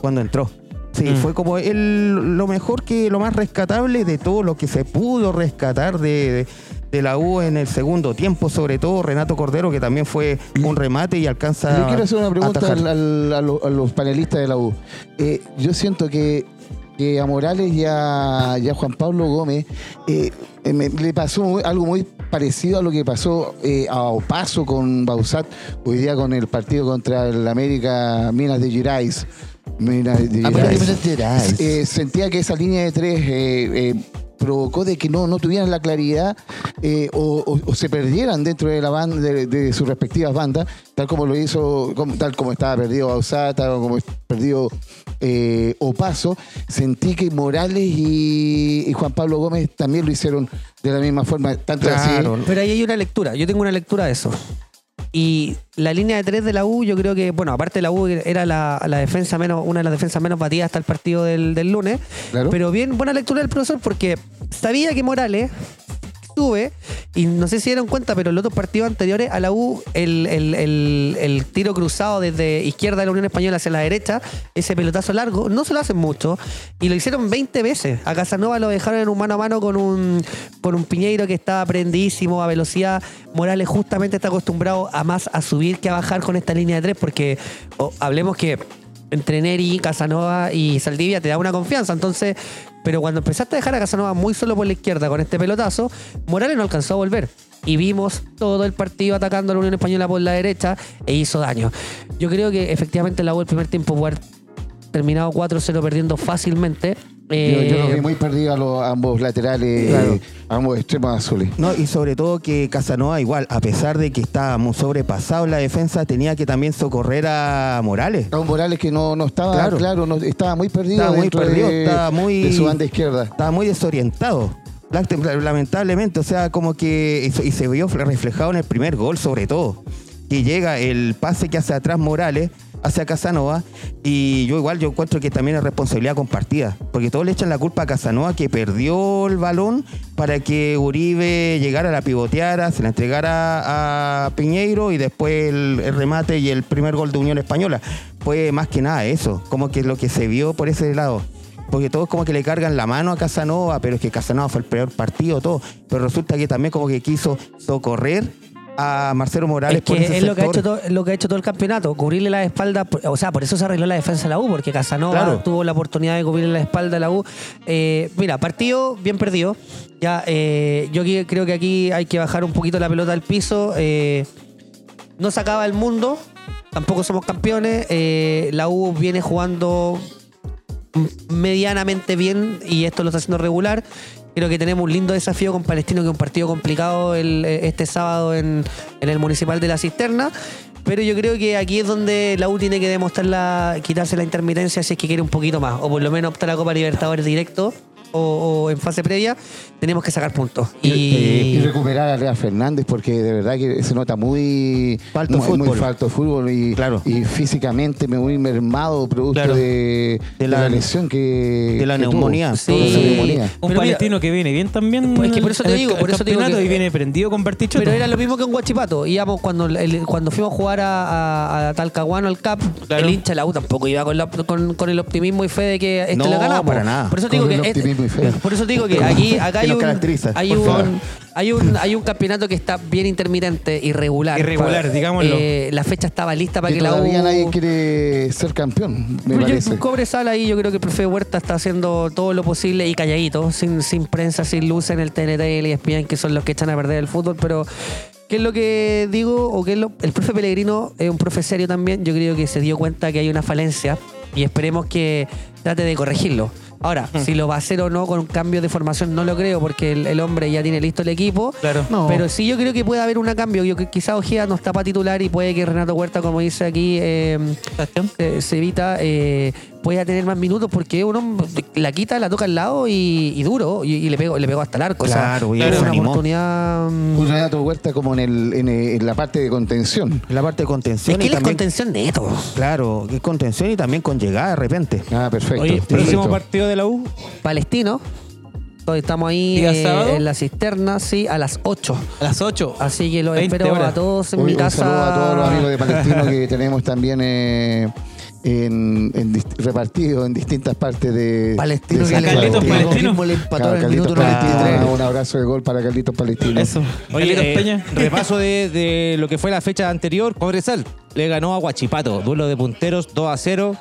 Speaker 5: cuando entró. Sí,
Speaker 2: Mm.
Speaker 5: fue como el, lo mejor que, lo más rescatable de todo lo que se pudo rescatar de, de- de la U en el segundo tiempo, sobre todo Renato Cordero, que también fue un remate y alcanza.
Speaker 2: Yo quiero hacer una pregunta
Speaker 5: a
Speaker 2: al-
Speaker 5: atajar.
Speaker 2: al- a, lo- a los panelistas de la U. Eh, yo siento que, que a Morales y a, y a Juan Pablo Gómez eh, eh, me- le pasó muy- algo muy parecido a lo que pasó eh, a Opaso con Bausat hoy día con el partido contra el América Minas de Gerais. Minas de
Speaker 6: América
Speaker 5: Ah,
Speaker 2: Gerais.
Speaker 6: Minas de Gerais.
Speaker 2: Eh, sentía que esa línea de tres eh, eh, provocó de que no, no tuvieran la claridad eh, o, o- o se perdieran dentro de la banda, de, de sus respectivas bandas, tal como lo hizo, como- tal como estaba perdido Bausata, tal como perdido eh, Opaso, sentí que Morales y, y Juan Pablo Gómez también lo hicieron de la misma forma, tanto
Speaker 3: Claro,
Speaker 2: así.
Speaker 3: Pero ahí hay una lectura. Yo tengo una lectura de eso. Y la línea de tres de la U, yo creo que, bueno, aparte de la U era la, la defensa menos, una de las defensas menos batidas hasta el partido del, del lunes.
Speaker 2: Claro.
Speaker 3: Pero bien, buena lectura del profesor porque sabía que Morales sube y no sé si dieron cuenta, pero en los otros partidos anteriores a la U, el, el- el- el tiro cruzado desde izquierda de la Unión Española hacia la derecha, ese pelotazo largo, no se lo hacen mucho y lo hicieron 20 veces. A Casanova lo dejaron en un mano a mano con un, con un Piñeiro que estaba prendidísimo a velocidad. Morales justamente está acostumbrado a más a subir que a bajar con esta línea de tres porque o, hablemos que entre Neri, Casanova y Saldivia te da una confianza. Entonces, pero cuando empezaste a dejar a Casanova muy solo por la izquierda con este pelotazo, Morales no alcanzó a volver. Y vimos todo el partido atacando a la Unión Española por la derecha e hizo daño. Yo creo que efectivamente la U el primer tiempo puede haber terminado 4-0 perdiendo fácilmente.
Speaker 2: Yo, yo los
Speaker 3: Eh,
Speaker 2: vi muy perdidos a los, ambos laterales,
Speaker 5: Claro.
Speaker 2: a ambos extremos azules.
Speaker 5: No, y sobre todo que Casanova igual, a pesar de que estábamos sobrepasados en la defensa, tenía que también socorrer a Morales.
Speaker 2: Raúl Morales que no, no estaba, claro,
Speaker 5: Claro.
Speaker 2: no, estaba muy perdido.
Speaker 5: Estaba muy
Speaker 2: dentro
Speaker 5: perdido,
Speaker 2: de,
Speaker 5: estaba muy-
Speaker 2: de su banda izquierda.
Speaker 5: Estaba muy desorientado. Lacte- Lamentablemente, o sea, como que. Y se- y se vio reflejado en el primer gol, sobre todo. Que llega el pase que hace atrás Morales, hacia Casanova. Y yo igual yo encuentro que también es responsabilidad compartida. Porque todos le echan la culpa a Casanova que perdió el balón para que Uribe llegara, la pivoteara, se la entregara a Piñeiro y después el, el remate y el primer gol de Unión Española. Fue más que nada eso, como que lo que se vio por ese lado. Porque todos como que le cargan la mano a Casanova, pero es que Casanova fue el peor partido, todo. Pero resulta que también como que quiso socorrer a Marcelo Morales
Speaker 3: Es que
Speaker 5: por ese
Speaker 3: es lo que, ha
Speaker 5: sector.
Speaker 3: hecho todo, es lo que ha hecho todo el campeonato, cubrirle la espalda, por- o sea, por eso se arregló la defensa de la U, porque Casanova
Speaker 5: Claro.
Speaker 3: tuvo la oportunidad de cubrirle la espalda a la U. Eh, mira, partido bien perdido. Ya, eh, yo aquí- creo que aquí hay que bajar un poquito la pelota al piso. eh, no se acaba el mundo, tampoco somos campeones. eh, la U viene jugando m- medianamente bien y esto lo está haciendo regular. Creo que tenemos un lindo desafío con Palestino, que es un partido complicado el- eh, este sábado en, en el Municipal de la Cisterna. Pero yo creo que aquí es donde la U tiene que demostrar la, quitarse la intermitencia si es que quiere un poquito más, o por lo menos optar a la Copa Libertadores directo o, o en fase previa. Tenemos que sacar puntos. Y,
Speaker 2: Eh, Y recuperar a Rea Fernández porque de verdad que se nota muy
Speaker 5: Falto
Speaker 2: muy, muy
Speaker 5: fútbol.
Speaker 2: falto de fútbol y,
Speaker 5: Claro.
Speaker 2: y físicamente me muy mermado producto
Speaker 5: Claro.
Speaker 2: de, de
Speaker 5: De
Speaker 2: la,
Speaker 5: la-
Speaker 2: lesión que
Speaker 5: de la
Speaker 2: que tuvo.
Speaker 5: neumonía.
Speaker 3: Sí.
Speaker 2: Tuvo esa neumonía.
Speaker 4: Un
Speaker 3: Pero mira-
Speaker 4: palestino que viene bien también.
Speaker 3: Pues es que por eso te
Speaker 4: en el
Speaker 3: digo,
Speaker 4: ca-
Speaker 3: por eso te digo
Speaker 4: campeonato
Speaker 3: que-
Speaker 4: y viene prendido con Bartichotto.
Speaker 3: Pero era lo mismo que un Guachipato. Íbamos cuando el- cuando fuimos a jugar a, a- a Talcahuano al CAP,
Speaker 4: Claro.
Speaker 3: el hincha de la U tampoco iba con, la- con, con el optimismo y fe de que este
Speaker 5: No,
Speaker 3: la ganamos.
Speaker 5: para nada.
Speaker 3: Por eso te digo
Speaker 2: Con
Speaker 3: que
Speaker 2: el
Speaker 3: este-
Speaker 2: optimismo y fe.
Speaker 3: por eso te digo que aquí acá
Speaker 5: Que
Speaker 3: hay
Speaker 5: nos
Speaker 3: un
Speaker 5: caracteriza,
Speaker 3: hay
Speaker 5: por favor.
Speaker 3: un hay un hay un campeonato que está bien intermitente, irregular.
Speaker 4: Irregular,
Speaker 3: Pa-
Speaker 4: digámoslo.
Speaker 3: eh, la fecha estaba lista para
Speaker 2: Que
Speaker 3: que, la U
Speaker 2: todavía nadie quiere ser campeón, me
Speaker 3: pero
Speaker 2: parece.
Speaker 3: yo cobre sal ahí, yo creo que el profe Huerta está haciendo todo lo posible y calladito, sin, sin prensa, sin luz en el TNT y el E ESPN, que son los que echan a perder el fútbol, pero ¿qué es lo que digo? o qué es lo- El profe Pellegrino es un profe serio también, yo creo que se dio cuenta que hay una falencia y esperemos que trate de corregirlo. Ahora, si lo va a hacer o no con un cambio de formación, no lo creo, porque el, el hombre ya tiene listo el equipo.
Speaker 4: Claro.
Speaker 3: Pero sí yo creo que puede haber un cambio. Yo, que quizá Ojeda no está para titular y puede que Renato Huerta, como dice aquí, eh, eh, Cevita, eh, pueda tener más minutos porque uno la quita, la toca al lado y, y duro. Y, y le pegó le pegó hasta el arco.
Speaker 5: Claro,
Speaker 3: o
Speaker 5: y
Speaker 3: sea, una
Speaker 5: desanimó.
Speaker 3: oportunidad. mm,
Speaker 2: Un Renato Huerta como en, el, en, el- en la parte de contención.
Speaker 5: En la parte de contención
Speaker 3: Es que
Speaker 5: y
Speaker 3: él es
Speaker 5: también.
Speaker 3: contención neto.
Speaker 5: Claro, que es contención y también con llegada de repente.
Speaker 2: Ah, perfecto.
Speaker 1: Oye,
Speaker 2: perfecto.
Speaker 1: próximo partido de la U.
Speaker 3: Palestino. Entonces, estamos ahí
Speaker 4: ¿Día
Speaker 3: eh,
Speaker 4: sábado?
Speaker 3: en la cisterna, sí, a las 8.
Speaker 4: A las 8.
Speaker 1: Ah,
Speaker 3: Así que los
Speaker 4: 20
Speaker 3: espero
Speaker 4: horas.
Speaker 3: a todos en
Speaker 2: Un-
Speaker 3: mi
Speaker 2: un
Speaker 3: casa.
Speaker 2: saludo a todos los amigos de Palestino que tenemos también eh, en, en dist- repartidos en distintas partes de
Speaker 6: Palestino
Speaker 2: de
Speaker 6: que
Speaker 2: Santiago.
Speaker 6: le
Speaker 4: Carlitos
Speaker 6: el
Speaker 4: Palestino.
Speaker 6: mismo le empató
Speaker 2: Claro,
Speaker 6: en el
Speaker 2: Carlitos
Speaker 6: minuto
Speaker 2: Palestino,
Speaker 6: 93.
Speaker 2: Un abrazo de gol para Carlitos Palestino.
Speaker 4: Eso.
Speaker 1: Oye,
Speaker 4: Carlitos
Speaker 1: eh,
Speaker 4: Peña.
Speaker 1: repaso de, de lo que fue la fecha anterior. Cobresal le ganó a Guachipato. Duelo de punteros 2 a 0.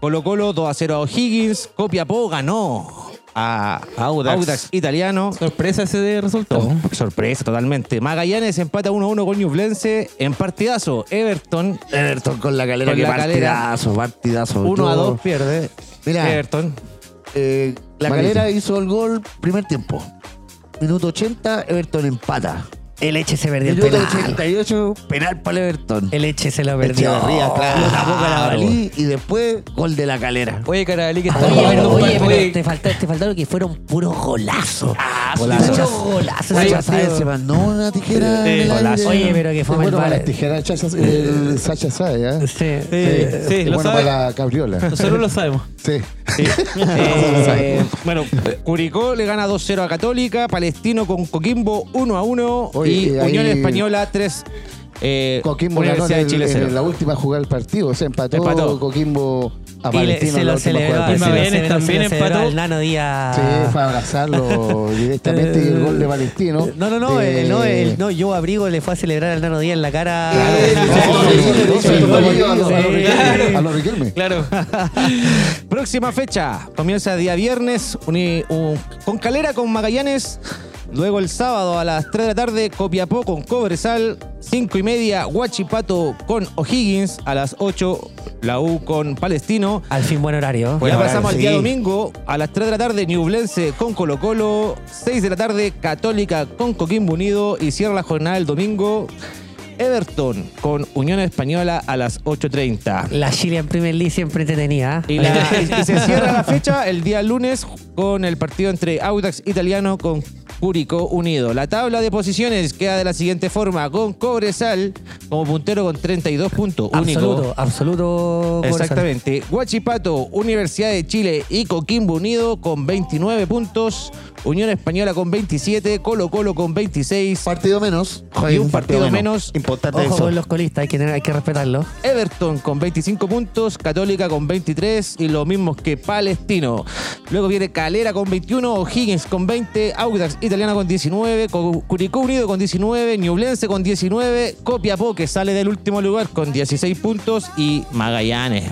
Speaker 1: Colo Colo 2 a 0 a O'Higgins. Copiapó ganó a Audax, italiano.
Speaker 4: Sorpresa ese de resultado.
Speaker 1: No, Oh, sorpresa totalmente. Magallanes empata 1 a 1 con Ñublense. En partidazo Everton
Speaker 6: Everton con la calera,
Speaker 1: Con
Speaker 6: que
Speaker 1: la calera.
Speaker 6: partidazo, partidazo.
Speaker 1: 1 a
Speaker 6: Yo-
Speaker 1: 2 pierde.
Speaker 6: Mira.
Speaker 1: Everton.
Speaker 6: Eh, la
Speaker 2: Malísimo.
Speaker 6: calera hizo el gol primer tiempo. Minuto 80, Everton empata.
Speaker 3: El Eche se perdió el
Speaker 6: Minuto
Speaker 3: penal.
Speaker 6: 88, penal para el Everton.
Speaker 3: El Eche se lo perdió.
Speaker 5: Echeverría, claro.
Speaker 6: La boca la Valí y después gol de la calera.
Speaker 4: Oye, Carabalí, que
Speaker 1: Ah,
Speaker 4: está
Speaker 3: Oye, pero,
Speaker 4: jugando un
Speaker 3: oye,
Speaker 4: par-
Speaker 3: pero te faltó, te faltaron que fueron puros golazos.
Speaker 6: Golazo.
Speaker 3: Puros golazos.
Speaker 6: Nacho
Speaker 3: Oye,
Speaker 6: Sáenz se mandó una tijera.
Speaker 4: Sí.
Speaker 6: en el aire.
Speaker 3: Oye, pero que fue
Speaker 2: Eh, Este, bueno para
Speaker 3: mal.
Speaker 2: las tijeras, Chacha- el Sacha sabe, ¿eh?
Speaker 3: Sí.
Speaker 4: Sí, sí,
Speaker 2: Es
Speaker 4: lo
Speaker 2: bueno
Speaker 4: sabe.
Speaker 2: para la cabriola.
Speaker 4: Nosotros lo sabemos.
Speaker 2: Sí.
Speaker 1: Eh, bueno, Curicó le gana 2-0 a Católica, Palestino con Coquimbo 1-1
Speaker 2: Oye,
Speaker 1: y
Speaker 2: eh, ahí-
Speaker 1: Unión Española 3. Eh,
Speaker 2: Coquimbo ganó
Speaker 1: Universidad
Speaker 2: en,
Speaker 1: de Chile
Speaker 2: en
Speaker 1: 0.
Speaker 2: la última jugada del partido. Se empató,
Speaker 1: Empató.
Speaker 2: Coquimbo a
Speaker 3: Y le-
Speaker 2: Palestino
Speaker 3: se
Speaker 2: en la
Speaker 3: lo
Speaker 2: última
Speaker 3: celebró.
Speaker 2: jugada
Speaker 3: se
Speaker 2: del partido.
Speaker 4: Palestino.
Speaker 3: lo
Speaker 4: Imabenes
Speaker 3: celebró-
Speaker 4: también
Speaker 3: se lo celebró
Speaker 4: empató.
Speaker 3: al Nano Díaz.
Speaker 2: Sí, fue a abrazarlo directamente y el gol de Palestino.
Speaker 3: No, no, no,
Speaker 2: eh,
Speaker 3: el, no, el, no, yo abrigo le fue a celebrar al Nano Díaz en la cara.
Speaker 2: A los Riquelme.
Speaker 4: Claro.
Speaker 1: Próxima fecha, comienza día viernes uni- un- con Calera con Magallanes. Luego el sábado a las 3 de la tarde, Copiapó con Cobresal. 5 y media, Huachipato con O'Higgins. A las 8, la U con Palestino.
Speaker 3: Al fin buen horario.
Speaker 1: ya pasamos al día
Speaker 5: sí.
Speaker 1: domingo, a las 3 de la tarde, Ñublense con Colo Colo, 6 de la tarde, Católica con Coquimbo Unido y cierra la jornada el domingo, Everton con Unión Española a las 8.30.
Speaker 3: La Chile en Premier League siempre entretenida. ¿eh?
Speaker 1: Y, la- y se cierra la fecha el día lunes con el partido entre Audax Italiano con Curicó Unido. La tabla de posiciones queda de la siguiente forma, con Cobresal como puntero con 32 puntos. único.
Speaker 3: Absoluto, absoluto. Corazón.
Speaker 1: Exactamente. Huachipato, Universidad de Chile y Coquimbo Unido con 29 puntos. Unión Española con 27. Colo Colo con 26.
Speaker 6: Partido menos.
Speaker 1: Y un partido menos.
Speaker 5: Importante
Speaker 3: Ojo
Speaker 5: eso.
Speaker 3: con los colistas, hay que, tener- hay que respetarlo.
Speaker 1: Everton con 25 puntos. Católica con 23. Y los mismos que Palestino. Luego viene Calera con 21. O'Higgins con 20. Audax Italiana con 19. Co- Curicó Unido con 19. Ñublense con 19. Copiapó que sale del último lugar con 16 puntos. Y Magallanes.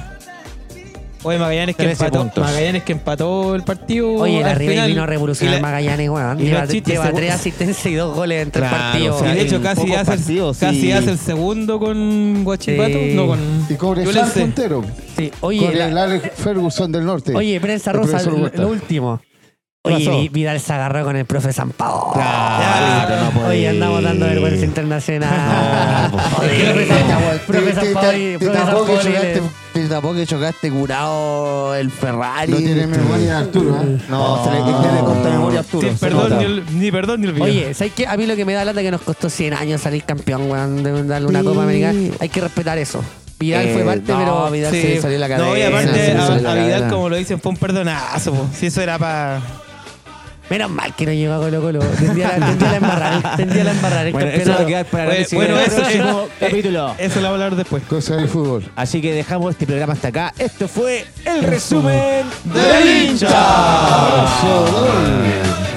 Speaker 4: Oye, Magallanes que,
Speaker 1: 13
Speaker 4: empató,
Speaker 1: puntos.
Speaker 4: Magallanes que empató el partido.
Speaker 3: Oye, la
Speaker 4: al
Speaker 3: River
Speaker 4: final.
Speaker 3: vino a revolucionar
Speaker 4: Y la-
Speaker 3: Magallanes, weón.
Speaker 4: y
Speaker 3: Lleva,
Speaker 4: los chistes
Speaker 3: lleva
Speaker 4: se-
Speaker 3: tres asistencias y dos goles entre
Speaker 5: Claro,
Speaker 3: partidos. Mm.
Speaker 5: o sea,
Speaker 4: Y de
Speaker 5: en
Speaker 4: hecho casi
Speaker 5: pocos
Speaker 4: hace, el-
Speaker 5: partidos,
Speaker 4: casi
Speaker 5: sí.
Speaker 4: hace el segundo con Guachipato.
Speaker 3: Sí.
Speaker 4: No, con
Speaker 2: Y Cobresal
Speaker 4: Ñublense.
Speaker 2: puntero.
Speaker 3: Sí, Oye,
Speaker 2: Con
Speaker 3: la-
Speaker 2: el Alex Ferguson del Norte.
Speaker 3: oye, prensa
Speaker 2: El
Speaker 3: rosa,
Speaker 2: profesor
Speaker 3: lo,
Speaker 2: Huerta.
Speaker 3: lo último. Oye, Vi- Vidal se agarró con el profe San Paolo.
Speaker 5: Claro,
Speaker 3: Ya,
Speaker 5: Ah, no podía.
Speaker 3: Oye, andamos dando
Speaker 4: pues.
Speaker 3: vergüenza internacional.
Speaker 5: No,
Speaker 3: Joder.
Speaker 6: Te- te-
Speaker 3: Profe San
Speaker 6: te-
Speaker 3: Paoli,
Speaker 6: te- te
Speaker 3: profe San
Speaker 6: tapó que
Speaker 3: Paoli le-
Speaker 6: chocaste- Te tapó que chocaste curado el Ferrari.
Speaker 2: No tiene memoria Arturo, ¿eh?
Speaker 5: No, se le, se le corta memoria a Arturo.
Speaker 4: Sin
Speaker 5: se
Speaker 4: perdón,
Speaker 5: nota.
Speaker 4: ni, el- ni perdón ni olvido.
Speaker 3: Oye, ¿sabes qué? A mí lo que me da lata es que nos costó 100 años salir campeón, weón, de darle una Copa Americana. Hay que respetar eso. Vidal
Speaker 6: Eh,
Speaker 3: fue parte,
Speaker 6: no,
Speaker 3: pero.
Speaker 6: Vidal
Speaker 4: Sí.
Speaker 6: se le salió la
Speaker 4: No, y
Speaker 6: cadena,
Speaker 4: aparte
Speaker 6: se le
Speaker 4: a,
Speaker 6: salió la
Speaker 4: a Vidal,
Speaker 6: cadena.
Speaker 4: como lo dicen, fue un perdonazo. po. Si eso era para.
Speaker 3: Menos mal que no llegó a Colo Colo. Tendría la, tendría la embarrar. Tendría la embarrar el
Speaker 1: Bueno, eso va a
Speaker 3: campeonato.
Speaker 1: quedar para
Speaker 4: Bueno,
Speaker 1: análisis
Speaker 4: bueno,
Speaker 1: del
Speaker 4: eso-
Speaker 1: próximo
Speaker 4: eh,
Speaker 1: capítulo.
Speaker 4: Eso lo voy a hablar después.
Speaker 2: Cosa del fútbol.
Speaker 1: Así que dejamos este programa hasta acá. Esto fue el resumen de
Speaker 2: Abrazo, gol.